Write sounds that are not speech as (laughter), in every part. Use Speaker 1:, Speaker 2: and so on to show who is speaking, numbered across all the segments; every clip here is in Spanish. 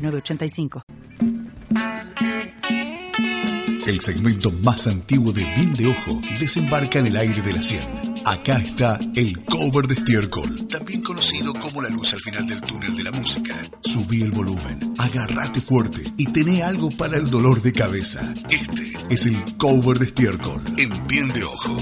Speaker 1: 985.
Speaker 2: El segmento más antiguo de Bien de Ojo desembarca en el aire de la sien. Acá está el cover de estiércol, también conocido como la luz al final del túnel de la música. Subí el volumen, agárrate fuerte y tené algo para el dolor de cabeza. Este es el cover de estiércol en Bien de Ojo.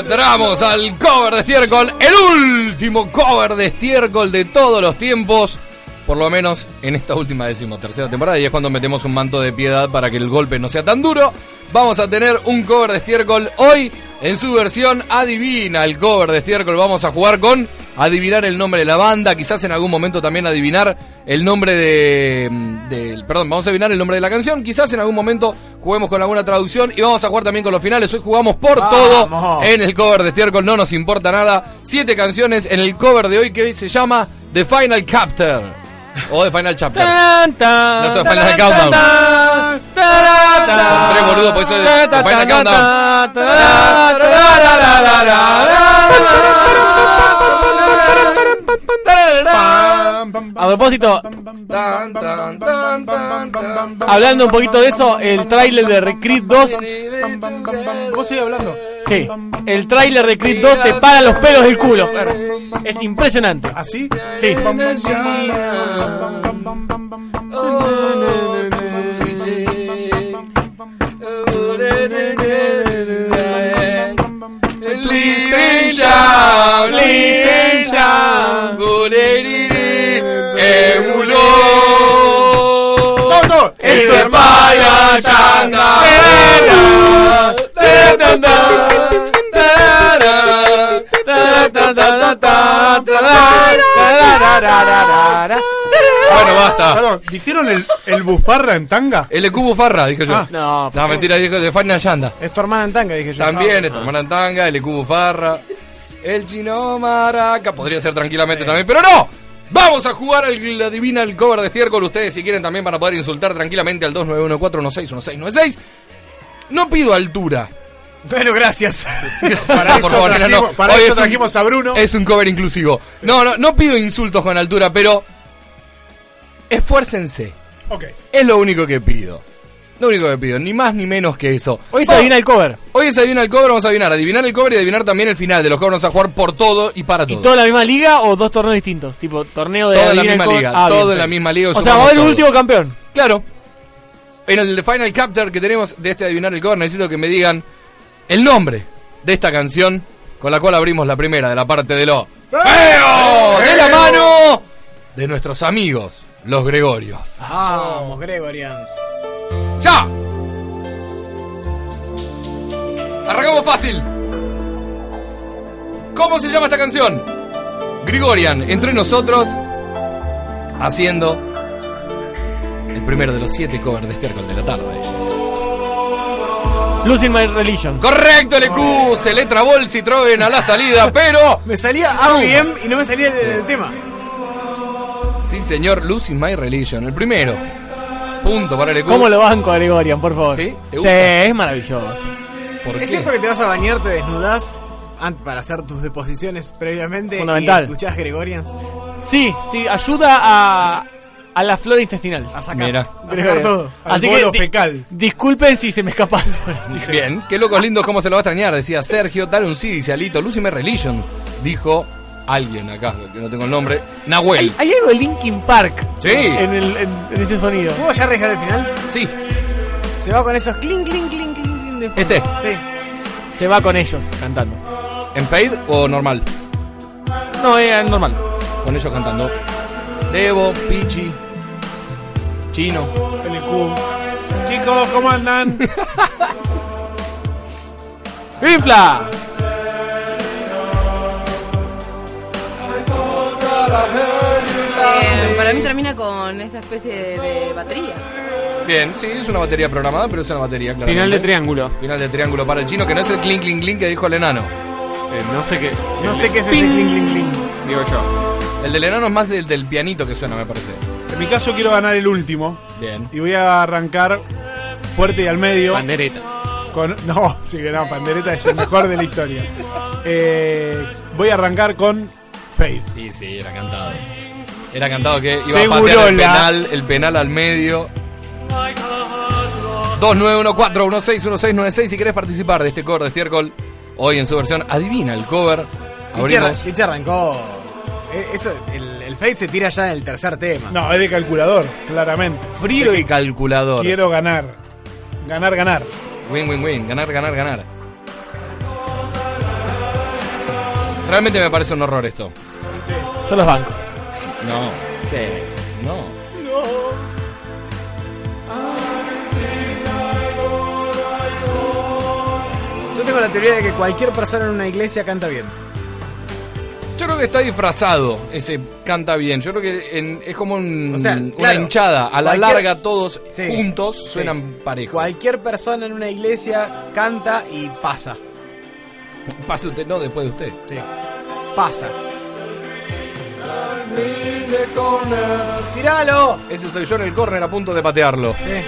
Speaker 3: Entramos eh, al cover de estiércol, el último cover de estiércol de todos los tiempos, por lo menos en esta última decimotercera temporada, y es cuando metemos un manto de piedad para que el golpe no sea tan duro. Vamos a tener un cover de estiércol hoy en su versión adivina el cover de estiércol. Vamos a jugar con adivinar el nombre de la banda, quizás en algún momento también adivinar el nombre de, de, Perdón, vamos a adivinar el nombre de la canción, quizás en algún momento juguemos con alguna traducción y vamos a jugar también con los finales. Hoy jugamos por ¡Vamos! todo en el cover de estiércol, no nos importa nada. Siete canciones en el cover de hoy que hoy se llama The Final Chapter. O The Final (laughs) Chapter. Tan, tan, no soy Final tan, Countdown. Son tres boludos, por eso es The Final Countdown.
Speaker 4: A propósito, hablando un poquito de eso, el tráiler de Recreed 2.
Speaker 5: Vos seguís hablando.
Speaker 4: Sí, el tráiler de Creed 2 te para los pelos del culo. Es impresionante.
Speaker 5: ¿Así?
Speaker 4: Sí.
Speaker 3: Listen shout, listen shout,
Speaker 5: No, no.
Speaker 3: Esto es para Chanda. Bueno, basta.
Speaker 5: Perdón, ¿dijeron el, el bufarra en tanga?
Speaker 3: El cubo Farra, dije yo.
Speaker 5: Ah.
Speaker 4: No,
Speaker 3: No, mentira, dijo de Final Yanda.
Speaker 5: Es tu hermana en tanga, dije yo.
Speaker 3: También, esta hermana en tanga, el cubo Farra. El chino maraca. Podría ser tranquilamente también, pero no. Vamos a jugar al Adivina el cover de estiércol. Ustedes, si quieren, también van a poder insultar tranquilamente al 2914161696. No pido
Speaker 5: (laughs)
Speaker 3: altura.
Speaker 5: Ah, Bueno, gracias.
Speaker 3: Pará,
Speaker 5: (laughs) para eso,
Speaker 3: Ah, por favor, nena,
Speaker 5: trajimos,
Speaker 3: no.
Speaker 5: para
Speaker 3: Hoy
Speaker 5: eso
Speaker 3: es un-
Speaker 5: trajimos a Bruno.
Speaker 3: Es un cover inclusivo. No, no, no pido insultos con altura, pero. Esfuércense.
Speaker 5: Ok.
Speaker 3: Es lo único que pido. Lo único que pido, ni más ni menos que eso.
Speaker 4: Hoy se
Speaker 3: Vamos-
Speaker 4: adivina el cover.
Speaker 3: Hoy es adivina el cover, vamos a adivinar, adivinar el cover y adivinar también el final de los covers. Vamos a jugar por todo y para
Speaker 4: ¿Y
Speaker 3: todo.
Speaker 4: toda la misma liga o dos torneos distintos? Tipo, torneo de
Speaker 3: Todo en la
Speaker 4: adivina el
Speaker 3: misma
Speaker 4: cover.
Speaker 3: liga,
Speaker 4: Ah,
Speaker 3: todo
Speaker 4: bien,
Speaker 3: en la
Speaker 4: bien.
Speaker 3: misma liga,
Speaker 4: O sea, va a
Speaker 3: sumamos
Speaker 4: haber un
Speaker 3: todo.
Speaker 4: último campeón.
Speaker 3: Claro. En el final capture que tenemos de este adivinar el cover, necesito que me digan el nombre de esta canción con la cual abrimos la primera de la parte de lo feo de la mano de nuestros amigos, los Gregorios.
Speaker 5: Vamos, Gregorians.
Speaker 3: ¡Ya! Arrancamos fácil. ¿Cómo se llama esta canción? Grigorian, entre nosotros, haciendo este el primero de los siete covers de Stercol de la tarde.
Speaker 4: Losing My Religion.
Speaker 3: Correcto, LQ, se le trabó el Citroën a la salida, pero...
Speaker 5: Me salía RBM y no me salía el, el tema.
Speaker 3: Sí, señor, Losing My Religion, el primero. Punto para LQ.
Speaker 4: ¿Cómo lo banco a Gregorian, por favor?
Speaker 3: Uh. ¿Sí? ¿Te
Speaker 4: Sí,
Speaker 3: gusta?
Speaker 4: es maravilloso.
Speaker 3: ¿Por qué?
Speaker 5: ¿Es cierto que te vas a bañar, te desnudas an- para hacer tus deposiciones previamente
Speaker 4: Fundamental.
Speaker 5: y escuchás Gregorians
Speaker 4: Sí, sí, ayuda a, a la flora intestinal.
Speaker 5: a sacar,
Speaker 3: Mira.
Speaker 5: a sacar todo. al
Speaker 4: Así que
Speaker 5: bolo
Speaker 4: di-
Speaker 5: fecal.
Speaker 4: disculpen si se me escapa.
Speaker 3: Bien, qué locos lindos, cómo se lo va a extrañar, decía Sergio. Dale un sí, dice Alito. Lúcime Religion, dijo alguien acá, que no tengo el nombre. Nahuel.
Speaker 4: Hay, hay algo de Linkin Park
Speaker 3: Sí.
Speaker 4: en, el- en- en ese sonido.
Speaker 5: ¿Puedo ya arriesgar el final?
Speaker 3: Sí,
Speaker 5: Se va con esos clink, clink, clink, clink, clink de fondo.
Speaker 3: Este.
Speaker 5: Sí.
Speaker 4: Se va con ellos cantando.
Speaker 3: en fade o normal,
Speaker 4: No, es normal.
Speaker 3: con ellos cantando. Debo, Pichi, Chino.
Speaker 5: El cubo. Chicos, ¿cómo andan?
Speaker 4: (laughs) ¡Infla!
Speaker 6: Eh, para mí termina con esa especie de, de batería.
Speaker 3: Bien, sí, es una batería programada, pero es una batería, claro.
Speaker 7: Final de triángulo.
Speaker 3: Final de triángulo para el chino, que no es el clink, clink, clink que dijo el enano.
Speaker 7: Eh, no sé qué.
Speaker 5: No sé qué es ese clink, clink, clink.
Speaker 7: Digo yo.
Speaker 3: El del enano es más del, del pianito que suena, me parece.
Speaker 8: En mi caso quiero ganar el último
Speaker 3: Bien.
Speaker 8: y voy a arrancar fuerte y al medio
Speaker 7: Pandereta.
Speaker 8: con (laughs) no, sí que no, Pandereta es el mejor de la historia. Eh, voy a arrancar con Fade.
Speaker 3: Sí, sí, era cantado. Era cantado que iba a patear el
Speaker 8: Segurola.
Speaker 3: penal, el penal al medio. 2914161696 si querés participar de este cover de Estiércol hoy en su versión Adivina el cover.
Speaker 5: Pichi arran-
Speaker 3: Abrimos.
Speaker 5: Pichi arrancó. Eh, Eso, el, el fade se tira ya en el tercer tema.
Speaker 8: No, es de calculador, claramente.
Speaker 3: Frío y calculador.
Speaker 8: Quiero ganar. Ganar, ganar.
Speaker 3: Win, win, win. Ganar, ganar, ganar. Realmente me parece un horror esto.
Speaker 4: Yo los banco.
Speaker 3: No. No.
Speaker 5: Yo tengo la teoría de que cualquier persona en una iglesia canta bien.
Speaker 3: Yo creo que está disfrazado ese canta bien. Yo creo que en- es como un-
Speaker 5: O sea,
Speaker 3: una
Speaker 5: claro,
Speaker 3: hinchada. A la
Speaker 5: cualquier-
Speaker 3: larga todos
Speaker 5: Sí,
Speaker 3: juntos
Speaker 5: sí.
Speaker 3: suenan parejos.
Speaker 5: Cualquier persona en una iglesia canta y pasa.
Speaker 3: Pase usted, no, después de usted.
Speaker 5: Sí. Pasa. ¡Tíralo!
Speaker 3: Ese soy yo en el córner a punto de patearlo.
Speaker 5: Sí.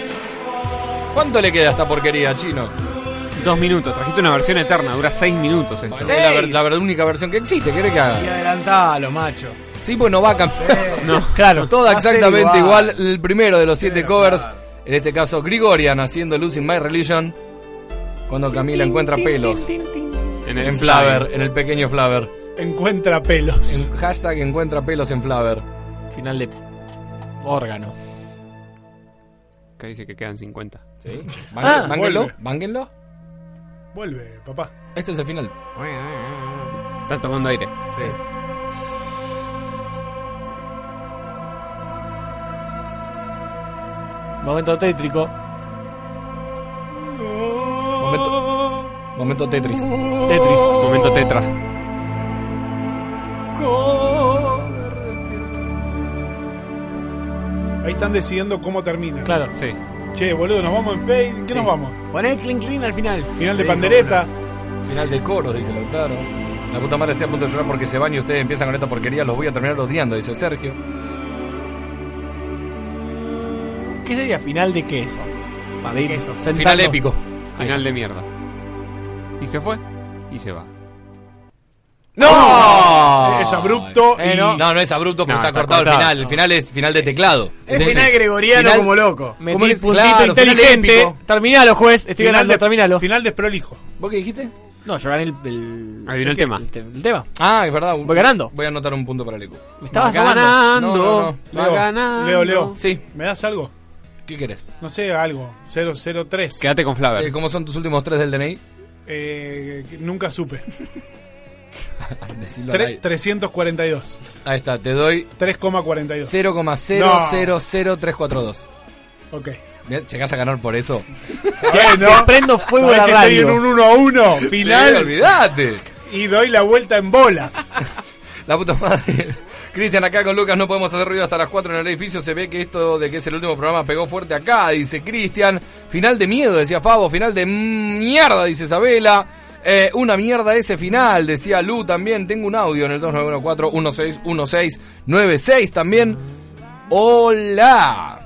Speaker 3: ¿Cuánto le queda a esta porquería, chino?
Speaker 7: Dos minutos. Trajiste una versión eterna. Ah, Dura seis minutos. esto.
Speaker 3: Es
Speaker 5: Sí.
Speaker 3: la, ver- la ver- única versión que existe, ¿quiere que
Speaker 5: Y
Speaker 3: haga?
Speaker 5: adelantalo, macho.
Speaker 3: Sí, pues no va a cambiar.
Speaker 4: No,
Speaker 3: (laughs)
Speaker 4: claro.
Speaker 3: Toda
Speaker 5: Va a ser
Speaker 3: exactamente igual.
Speaker 5: igual.
Speaker 3: El primero de los siete
Speaker 5: Pero,
Speaker 3: covers.
Speaker 5: claro.
Speaker 3: En este caso, Grigorian haciendo Losing My Religion. Cuando Camila encuentra pelos en Flaver, en el pequeño Flaver.
Speaker 8: Encuentra pelos.
Speaker 3: En- hashtag encuentra pelos en Flaver.
Speaker 4: Final de órgano.
Speaker 7: Que dice que quedan 50.
Speaker 3: ¿Sí?
Speaker 4: Ah,
Speaker 3: Bánguenlo,
Speaker 8: vuelve.
Speaker 3: bánguenlo.
Speaker 8: Vuelve, papá.
Speaker 3: Este es el final.
Speaker 7: Están tomando aire.
Speaker 5: Sí.
Speaker 4: Momento tétrico.
Speaker 3: Momento, momento Tetris.
Speaker 4: Tetris.
Speaker 7: Momento tetra.
Speaker 8: Ahí están decidiendo cómo termina.
Speaker 4: Claro.
Speaker 7: Sí.
Speaker 8: Che, boludo, nos vamos en Fade. ¿Qué nos vamos?
Speaker 5: Pon el clink clink al final.
Speaker 8: Final de pandereta.
Speaker 3: Final de coros, dice Lautaro. La puta madre estoy a punto de llorar porque se van y ustedes empiezan con esta porquería. Los voy a terminar odiando, dice Sergio.
Speaker 4: ¿Qué sería final de qué eso? Para ir
Speaker 5: Queso.
Speaker 4: sentando.
Speaker 3: Final épico.
Speaker 7: Final de mierda. Y se fue. Y se va.
Speaker 3: ¡No!
Speaker 8: Es abrupto
Speaker 3: Eh,
Speaker 8: y-
Speaker 3: no. no, no es abrupto porque
Speaker 7: No,
Speaker 3: está,
Speaker 7: está
Speaker 3: cortado,
Speaker 7: cortado.
Speaker 3: el final. El final es final de teclado.
Speaker 5: Es final gregoriano
Speaker 3: Final-
Speaker 5: como loco.
Speaker 4: Metí
Speaker 3: ¿Cómo es?
Speaker 4: puntito
Speaker 3: Claro, final
Speaker 4: inteligente.
Speaker 3: épico.
Speaker 4: Terminalo, juez. Estoy
Speaker 8: Final
Speaker 4: ganando,
Speaker 8: de-
Speaker 4: terminalo.
Speaker 8: Final desprolijo.
Speaker 3: ¿Vos qué dijiste?
Speaker 4: No, yo gané el. el
Speaker 7: Adivinó el tema.
Speaker 4: El, te- el tema.
Speaker 3: Ah, es verdad.
Speaker 4: Voy ganando.
Speaker 3: Voy a anotar un punto para el EQ.
Speaker 4: Me estabas
Speaker 7: Va
Speaker 4: ganando.
Speaker 7: ganando.
Speaker 3: No, no,
Speaker 7: Va ganando.
Speaker 8: Leo, Leo.
Speaker 3: Sí.
Speaker 8: ¿Me das algo?
Speaker 3: ¿Qué querés?
Speaker 8: No sé, algo. 003.
Speaker 7: Quédate con Flaver.
Speaker 3: Eh, ¿Cómo son tus últimos tres del (laughs) DNI?
Speaker 8: Eh, que nunca supe.
Speaker 3: Decilo al
Speaker 8: Tre-
Speaker 3: aire.
Speaker 8: 342.
Speaker 3: Ahí está, te doy
Speaker 8: 3,42.
Speaker 3: 0,000342.
Speaker 8: Ok.
Speaker 3: Bien, ¿Llegás a ganar por eso?
Speaker 4: Te, te prendo fuego a
Speaker 8: Sabés
Speaker 4: la
Speaker 8: que estoy
Speaker 4: radio.
Speaker 8: en un 1 a 1
Speaker 3: Final,
Speaker 8: final
Speaker 3: olvídate.
Speaker 8: y doy la vuelta en bolas.
Speaker 3: La puta madre. (laughs) Cristian, acá con Lucas no podemos hacer ruido hasta las 4 en el edificio. Se ve que esto de que es el último programa pegó fuerte acá, dice Cristian. Final de miedo, decía Favo. Final de mierda, dice Isabela. Eh, una mierda ese final, decía Lu también. Tengo un audio en el 2914-161696 también. Hola.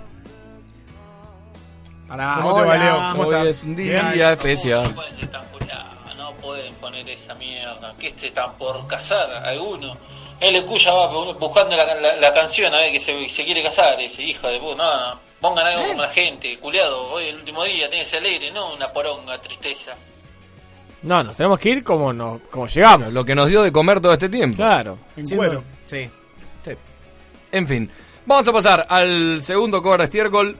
Speaker 8: Hola, ¿Cómo te va, Leo? ¿Cómo
Speaker 3: Hoy
Speaker 8: estás?
Speaker 3: es un día especial.
Speaker 9: pueden ser tan jurados? No pueden poner esa mierda. Que este está por casar a alguno. El cuya va buscando la, la- la canción a ver que se, se quiere casar. Ese hijo de puta. No, no. Pongan algo
Speaker 4: Eh.
Speaker 9: como la gente. Culeado, hoy es el último día, tiene que ser alegre. No una poronga, tristeza.
Speaker 4: No, nos tenemos que ir como, no, como llegamos.
Speaker 3: Lo que nos dio de comer todo este tiempo.
Speaker 4: Claro.
Speaker 8: En
Speaker 5: Siendo-
Speaker 8: cuero.
Speaker 5: Sí.
Speaker 3: En fin, vamos a pasar al segundo cover de estiércol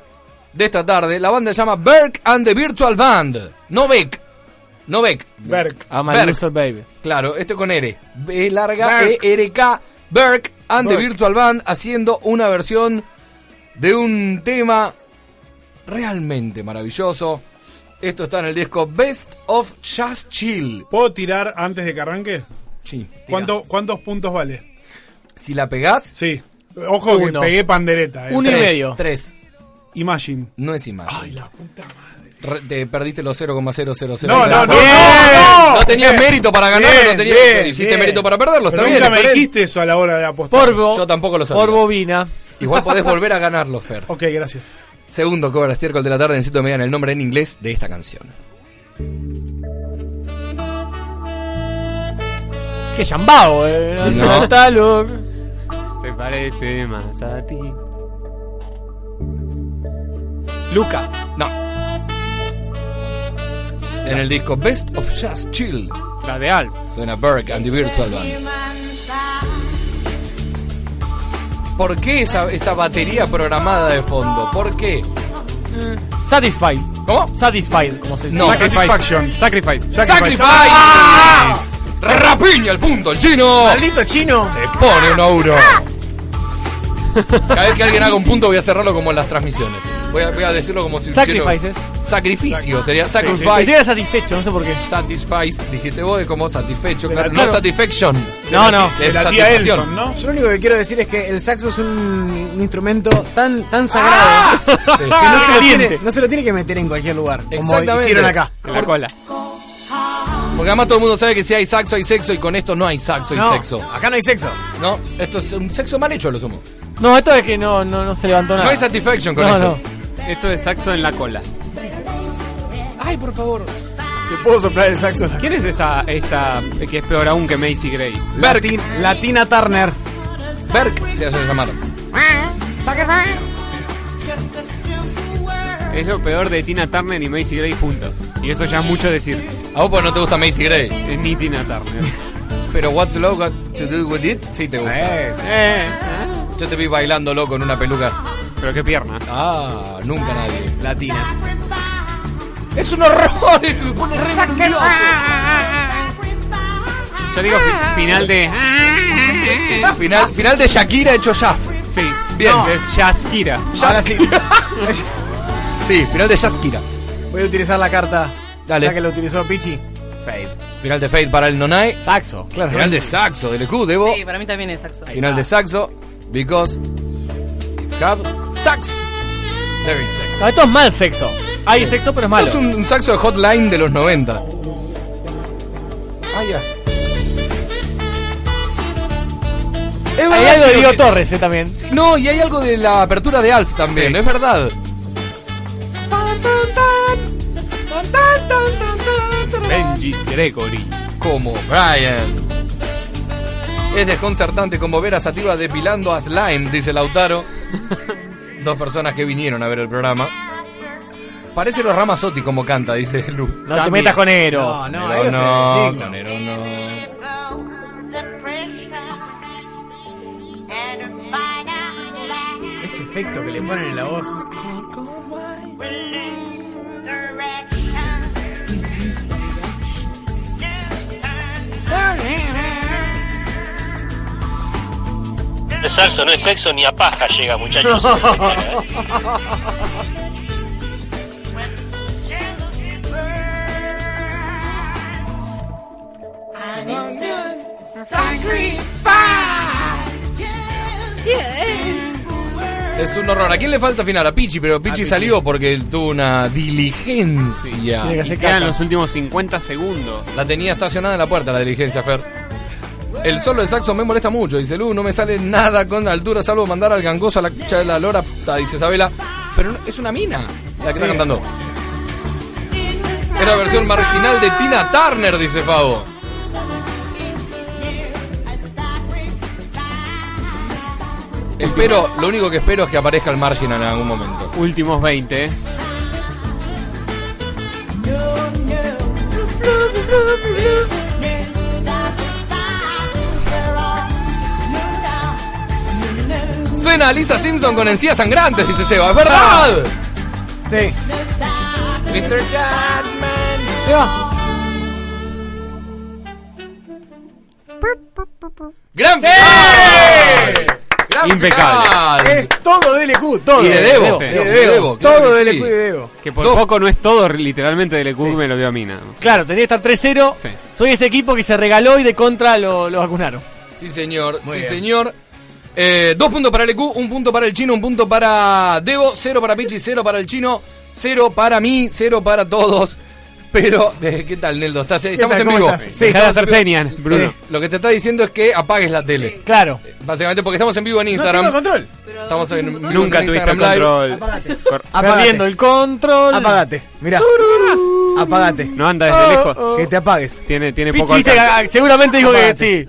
Speaker 3: de esta tarde. La banda se llama Berk and the Virtual Band. No Beck. No Beck.
Speaker 8: Berk.
Speaker 4: I'm a
Speaker 3: Berk.
Speaker 4: loser, baby.
Speaker 3: Claro, esto con R. B larga
Speaker 8: Berk.
Speaker 3: E-R-K. Berk and the
Speaker 4: Berk.
Speaker 3: Virtual Band haciendo una versión de un tema realmente maravilloso. Esto está en el disco Best of Just Chill.
Speaker 8: ¿Puedo tirar antes de que arranque?
Speaker 3: Sí.
Speaker 8: ¿Cuánto- ¿Cuántos puntos vale?
Speaker 3: Si la pegás,
Speaker 8: Sí. Ojo
Speaker 4: Uno.
Speaker 8: que pegué pandereta. eh.
Speaker 4: Uno y
Speaker 8: Tres.
Speaker 4: medio.
Speaker 3: tres.
Speaker 8: Imagine.
Speaker 3: No es imagen.
Speaker 8: Ay, la puta madre.
Speaker 3: Re- te perdiste los 0,000.
Speaker 8: No, no, no,
Speaker 3: Bien.
Speaker 8: no, no.
Speaker 3: No tenías
Speaker 8: Bien.
Speaker 3: mérito para ganarlo,
Speaker 8: Bien,
Speaker 3: no tenías,
Speaker 8: bien,
Speaker 3: hiciste
Speaker 8: bien.
Speaker 3: mérito para perderlo. Está
Speaker 8: Pero
Speaker 3: bien,
Speaker 8: nunca me
Speaker 3: está bien.
Speaker 8: dijiste eso a la hora de apostar.
Speaker 4: Porvo.
Speaker 3: Yo tampoco lo sabía.
Speaker 4: Por bobina.
Speaker 3: Igual podés volver a ganarlo, Fer.
Speaker 8: Ok, gracias.
Speaker 3: Segundo cover de estiércol de la tarde, necesito que me digan el nombre en inglés de esta canción.
Speaker 4: Qué chambao, eh.
Speaker 3: No.
Speaker 4: Hasta luego.
Speaker 7: Se parece más a ti.
Speaker 4: Luca.
Speaker 3: No. En el disco Best of Just Chill
Speaker 7: La de Alf.
Speaker 3: suena Berg and the Virtual Band. ¿Por qué esa, esa batería programada de fondo? ¿Por qué?
Speaker 4: Satisfied.
Speaker 3: ¿Cómo?
Speaker 4: Satisfied, como se dice.
Speaker 3: No.
Speaker 8: Satisfaction.
Speaker 7: Sacrifice.
Speaker 3: ¡Sacrifice! ¡Rapiña el punto, el chino!
Speaker 5: ¡Maldito chino!
Speaker 3: Se pone un euro. Cada vez que alguien haga un punto voy a cerrarlo como en las transmisiones. Voy a, voy a decirlo como si...
Speaker 4: Sacrifices.
Speaker 3: Sacrificio, sería
Speaker 4: Me
Speaker 3: sacrifice.
Speaker 4: llega satisfecho, no sé por qué.
Speaker 3: Satisfice, dijiste vos, es como satisfecho, claro.
Speaker 8: la-
Speaker 3: No satisfaction.
Speaker 4: No, no.
Speaker 3: Es
Speaker 8: De la tía
Speaker 3: satisfacción.
Speaker 8: Elton, ¿no?
Speaker 5: Yo lo único que quiero decir es que el saxo es un, un instrumento tan, tan sagrado
Speaker 3: Sí.
Speaker 5: que no se, lo
Speaker 4: Caliente.
Speaker 5: tiene, no se lo tiene que meter en cualquier lugar, como
Speaker 3: Exactamente.
Speaker 5: hicieron acá.
Speaker 7: En la cola.
Speaker 3: Porque además todo el mundo sabe que si hay saxo hay sexo y con esto no hay saxo y
Speaker 5: No,
Speaker 3: sexo.
Speaker 5: acá no hay sexo.
Speaker 3: No, esto es un sexo mal hecho, lo sumo.
Speaker 4: No, esto es que no, no, no se levantó nada.
Speaker 3: No hay satisfaction con
Speaker 4: No,
Speaker 3: esto.
Speaker 7: Esto es saxo en la cola.
Speaker 3: Ay, por favor.
Speaker 5: Te puedo soplar el saxo.
Speaker 7: ¿Quién es esta, esta que es peor aún que Macy Gray?
Speaker 3: Berk.
Speaker 5: Latin- Latina Turner.
Speaker 3: Berk se hace llamar.
Speaker 7: Es lo peor de Tina Turner y Macy Gray juntos. Y eso ya es mucho decir.
Speaker 3: A vos porque no te gusta Macy Gray.
Speaker 7: Es ni Tina Turner.
Speaker 3: Pero What's Love Got to Do With It sí te gusta.
Speaker 7: Eh, eh.
Speaker 3: Yo te vi bailando loco en una peluca.
Speaker 7: Pero qué pierna.
Speaker 3: Ah, nunca nadie.
Speaker 5: Latina.
Speaker 3: Es un horror esto, me pone re nervioso.
Speaker 7: Yo digo fi- final de.
Speaker 3: Eh, Final, final de Shakira hecho jazz.
Speaker 7: Sí.
Speaker 3: Bien.
Speaker 7: Es Shakira.
Speaker 5: Ahora sí,
Speaker 3: Sí, final de Shakira.
Speaker 5: (laughs) voy a utilizar la carta.
Speaker 3: Dale.
Speaker 5: Ya que la utilizó Pichi. Fade.
Speaker 3: Final de Fate para el Nonai.
Speaker 4: Saxo, claro.
Speaker 3: Final de Saxo del EQ, Debo.
Speaker 6: Sí, para mí también es saxo.
Speaker 3: Final de Saxo. Because it have sax. There is sex.
Speaker 4: No, esto es mal sexo. Hay sexo, pero es malo.
Speaker 3: Es un, un saxo de hotline de los 90. Ah, ya. Es verdad,
Speaker 4: Hay algo de
Speaker 3: chicos,
Speaker 4: Diego
Speaker 3: que-
Speaker 4: Torres eh, también.
Speaker 3: No, y hay algo de la apertura de Alf también, es verdad.
Speaker 7: Benji Gregory.
Speaker 3: Como Brian. Es desconcertante como ver a Sativa depilando a Slime,
Speaker 4: (laughs)
Speaker 3: dice Lautaro. Dos personas que vinieron a ver el programa. Parece los Ramazotti como canta, dice Lu.
Speaker 4: No te metas con Eros.
Speaker 5: No, no,
Speaker 3: Pero
Speaker 5: Eros
Speaker 3: no,
Speaker 5: es digno.
Speaker 3: con Ero no.
Speaker 5: Ese efecto que le ponen en la voz.
Speaker 9: El saxo no es sexo ni a paja llega, muchachos.
Speaker 3: es un horror. ¿A quién le falta final? A Pichi, pero Pichi
Speaker 5: Pichi.
Speaker 3: salió porque él tuvo una diligencia.
Speaker 4: Tiene que
Speaker 7: Se
Speaker 4: hacer
Speaker 7: quedan
Speaker 4: caca.
Speaker 7: los últimos 50 segundos.
Speaker 3: La tenía estacionada en la puerta la diligencia, Fer. El solo de saxo me molesta mucho, dice Lu, no me sale nada con altura salvo mandar al gangoso a la cucha de la lora puta, dice Isabela. Pero no- es una mina la que está cantando. Era la versión marginal de Tina Turner, dice Fabo. Espero, lo único que espero es que aparezca el marginal en algún momento.
Speaker 7: Últimos 20, eh.
Speaker 3: Suena a Lisa Simpson con encías sangrantes, dice Seba, ¡es verdad!
Speaker 5: Sí.
Speaker 3: Mr. Jasmine.
Speaker 5: Se va.
Speaker 3: ¡Gran final! ¡Gran
Speaker 7: Impecable.
Speaker 3: final!
Speaker 5: Es todo de LQ, todo.
Speaker 3: Y le debo,
Speaker 7: de
Speaker 5: Le
Speaker 3: le
Speaker 5: debo.
Speaker 3: debo, claro
Speaker 5: Todo
Speaker 3: que
Speaker 5: de
Speaker 3: sí.
Speaker 5: LQ y le debo.
Speaker 7: Que por
Speaker 3: Dos.
Speaker 7: poco no es todo literalmente del EQ me lo dio a mí nada más.
Speaker 4: Claro, tenía que estar 3-0.
Speaker 7: Sí.
Speaker 4: Soy ese equipo que se regaló y de contra lo, lo vacunaron.
Speaker 3: Sí, señor, sí, señor. Eh, dos puntos para LQ, un punto para el chino, un punto para Debo, cero para Pichi, cero para el chino, cero para mí, cero para todos. Pero, (laughs) eh, ¿qué tal, Neldo? ¿Estás, estamos
Speaker 5: tal?
Speaker 3: en
Speaker 5: ¿Cómo
Speaker 3: vivo. Eh,
Speaker 5: estás? Sí,
Speaker 7: Dejá de hacer señas, Bruno.
Speaker 5: Sí.
Speaker 3: Lo que te está diciendo es que apagues la tele.
Speaker 4: Claro.
Speaker 3: Básicamente porque estamos en vivo en
Speaker 5: No
Speaker 3: Instagram.
Speaker 5: tengo control.
Speaker 6: Pero
Speaker 3: Estamos en-
Speaker 6: ¿cómo-
Speaker 7: Nunca
Speaker 3: En
Speaker 7: tuviste
Speaker 3: Instagram
Speaker 7: el
Speaker 3: Live.
Speaker 7: control.
Speaker 6: Apagate.
Speaker 7: Cor-
Speaker 4: Perdiendo
Speaker 5: Apagate.
Speaker 4: el control.
Speaker 5: Apagate. Mirá. Apagate.
Speaker 7: No anda desde lejos.
Speaker 5: Que te apagues.
Speaker 7: Tiene, tiene
Speaker 4: Pichi
Speaker 7: poco
Speaker 4: dice que-
Speaker 7: alcance.
Speaker 4: ah, seguramente dijo que
Speaker 5: Apagate.
Speaker 4: sí.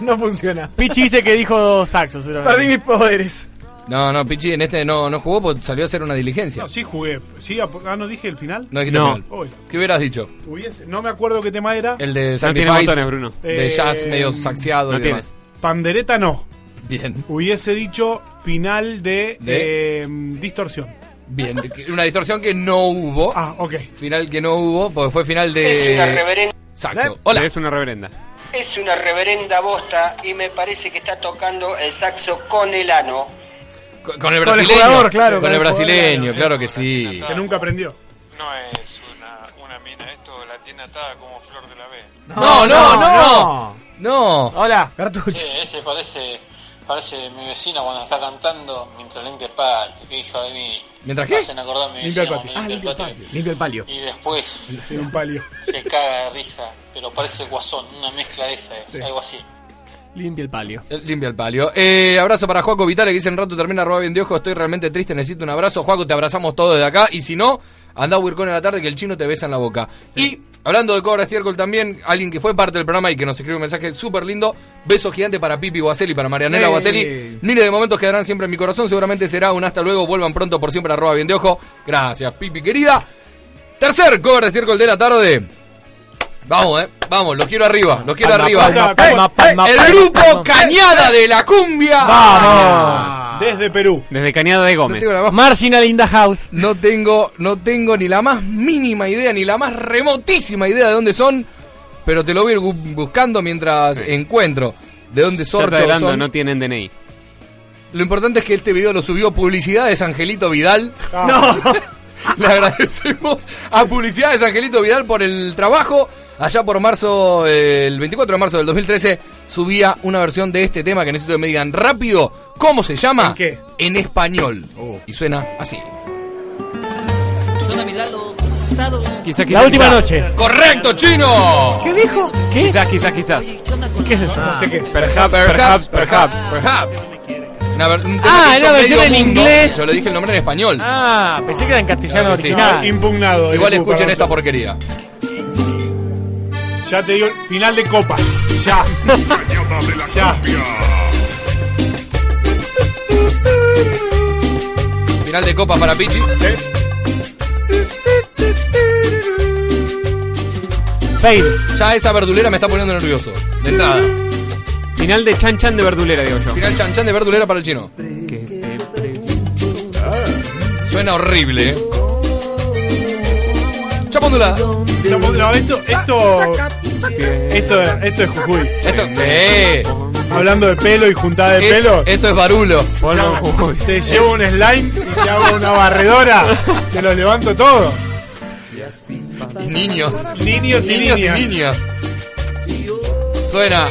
Speaker 5: No funciona.
Speaker 4: Pichi dice que dijo saxo,
Speaker 5: Perdí
Speaker 4: seguramente.
Speaker 5: mis poderes.
Speaker 3: No, no, Pichi en este no, no jugó porque salió a hacer una diligencia.
Speaker 8: No, sí jugué. Sí, ap- ah, no dije el final.
Speaker 3: No dijiste
Speaker 7: No.
Speaker 3: penal.
Speaker 8: Hoy.
Speaker 3: ¿Qué hubieras dicho?
Speaker 8: Hubiese- no me acuerdo qué tema era.
Speaker 3: El de
Speaker 7: No
Speaker 3: Sandy
Speaker 7: tiene
Speaker 3: Pies,
Speaker 7: botones, Bruno.
Speaker 3: De
Speaker 8: Eh,
Speaker 3: jazz medio saxeado
Speaker 7: no
Speaker 3: y
Speaker 7: tienes.
Speaker 3: demás.
Speaker 8: Pandereta no.
Speaker 3: Bien,
Speaker 8: Hubiese dicho final de,
Speaker 3: De-
Speaker 8: eh, distorsión.
Speaker 3: bien. Una distorsión que no hubo.
Speaker 8: Ah, ok.
Speaker 3: Final que no hubo, porque fue final de.
Speaker 10: Es una reverenda.
Speaker 3: Saxo. Hola.
Speaker 7: Es una reverenda.
Speaker 10: Es una reverenda bosta y me parece que está tocando el saxo con el ano.
Speaker 3: Con con el
Speaker 5: Con el
Speaker 3: brasileño.
Speaker 5: jugador, claro,
Speaker 3: Con,
Speaker 5: con
Speaker 3: el
Speaker 5: el
Speaker 3: brasileño, claro que sí.
Speaker 8: Que nunca aprendió.
Speaker 10: No es una, una mina, esto la tiene atada como flor de la B.
Speaker 3: No, no, no.
Speaker 5: no.
Speaker 3: No.
Speaker 4: Hola.
Speaker 5: Cartucho.
Speaker 9: Eh, ese parece, parece mi vecina cuando está cantando mientras limpia el patio. Qué hijo de mí.
Speaker 3: ¿Mientras
Speaker 9: Me
Speaker 3: qué?
Speaker 9: hacen acordar a mi
Speaker 8: Limpia el
Speaker 9: vecina cuando
Speaker 8: patio.
Speaker 9: limpia el patio.
Speaker 5: Limpio el palio.
Speaker 9: Y después
Speaker 8: Tiene un palio.
Speaker 9: se caga de risa. Pero parece guasón, una mezcla de esa es, algo así.
Speaker 4: Limpia el palio.
Speaker 3: Eh, Limpia el palio. Eh, abrazo para Juaco Vitale que dice en rato termina roba bien de ojo. Estoy realmente triste, necesito un abrazo. Juaco, te abrazamos todos de acá. Y si no, anda a Wircon en la tarde que el chino te besa en la boca. Y hablando de Cobra Estiércol también, alguien que fue parte del programa y que nos escribió un mensaje súper lindo. Beso gigante para Pipi Guaselli, para Marianela
Speaker 5: Ey.
Speaker 3: Guaselli. Miles de momentos quedarán siempre en mi corazón. Seguramente será un hasta luego. Vuelvan pronto por siempre a roba bien de ojo. Gracias, Pipi querida. Tercer Cobra Estiércol de la tarde. Vamos, eh. Vamos, los quiero arriba. Los quiero arriba.
Speaker 8: palma,
Speaker 4: palma, palma,
Speaker 3: El
Speaker 4: palma,
Speaker 3: grupo
Speaker 4: palma.
Speaker 3: Cañada de la Cumbia.
Speaker 8: Ah.
Speaker 4: Vamos.
Speaker 3: Ah.
Speaker 8: Desde Perú.
Speaker 7: Ah. Desde Cañada de
Speaker 3: No
Speaker 7: Gómez.
Speaker 3: tengo, la más-
Speaker 4: Marginal in the house.
Speaker 3: no, tengo, no tengo ni la más mínima idea, ni la más remotísima idea de dónde son, pero te lo voy a ir bu- buscando mientras encuentro de dónde
Speaker 7: Ya te
Speaker 3: sorcho
Speaker 7: adelanto,
Speaker 3: son.
Speaker 7: no tienen DNI.
Speaker 3: Lo importante es que este video lo subió Publicidades Angelito Vidal. (laughs) Le agradecemos a Publicidades Angelito Vidal por el trabajo. Allá por marzo, eh, el 24 de marzo del 2013, subía una versión de este tema que necesito que me digan rápido cómo se llama
Speaker 8: ¿En qué?
Speaker 3: en español. Y suena así.
Speaker 7: Quizás,
Speaker 4: La última noche.
Speaker 3: ¡Correcto, chino!
Speaker 5: ¿Qué dijo?
Speaker 4: ¿Qué?
Speaker 7: Quizás, quizás, quizás.
Speaker 4: ¿Qué es eso?
Speaker 3: Ah.
Speaker 8: No sé qué.
Speaker 7: Perhaps, perhaps, perhaps.
Speaker 3: Perhaps. Una ver- un tema
Speaker 4: Ah,
Speaker 3: que hizo
Speaker 4: era versión
Speaker 3: medio
Speaker 4: en
Speaker 3: mundo.
Speaker 4: inglés.
Speaker 3: Yo le dije el nombre en español.
Speaker 4: Ah, pensé que era en castellano
Speaker 3: Claro que sí.
Speaker 4: original.
Speaker 8: Impugnado.
Speaker 3: Ah. Igual
Speaker 8: el Perú,
Speaker 3: escuchen
Speaker 8: perdón.
Speaker 3: esta porquería.
Speaker 8: Ya te digo, final de copas. Ya. ya.
Speaker 3: Final de copa para Pichi.
Speaker 8: ¿Eh?
Speaker 4: Fail.
Speaker 3: Ya esa verdulera me está poniendo nervioso. De entrada.
Speaker 7: Final de Chan Chan de Verdulera, digo yo.
Speaker 3: Final chanchan de verdulera para el chino. Ah,
Speaker 7: Que te
Speaker 3: Suena horrible, eh. Chapondula.
Speaker 8: No, no, esto, esto, esto, esto es Jujuy.
Speaker 3: Esto, eh,
Speaker 8: Hablando de pelo y juntada de
Speaker 3: eh,
Speaker 8: pelo.
Speaker 3: esto es barulo.
Speaker 7: polvo en Jujuy.
Speaker 8: Te llevo un slime y te hago una barredora. Te lo levanto todo.
Speaker 3: Niños.
Speaker 8: Niños
Speaker 3: Niños
Speaker 8: y
Speaker 3: y
Speaker 8: niñas.
Speaker 3: niñas. Suena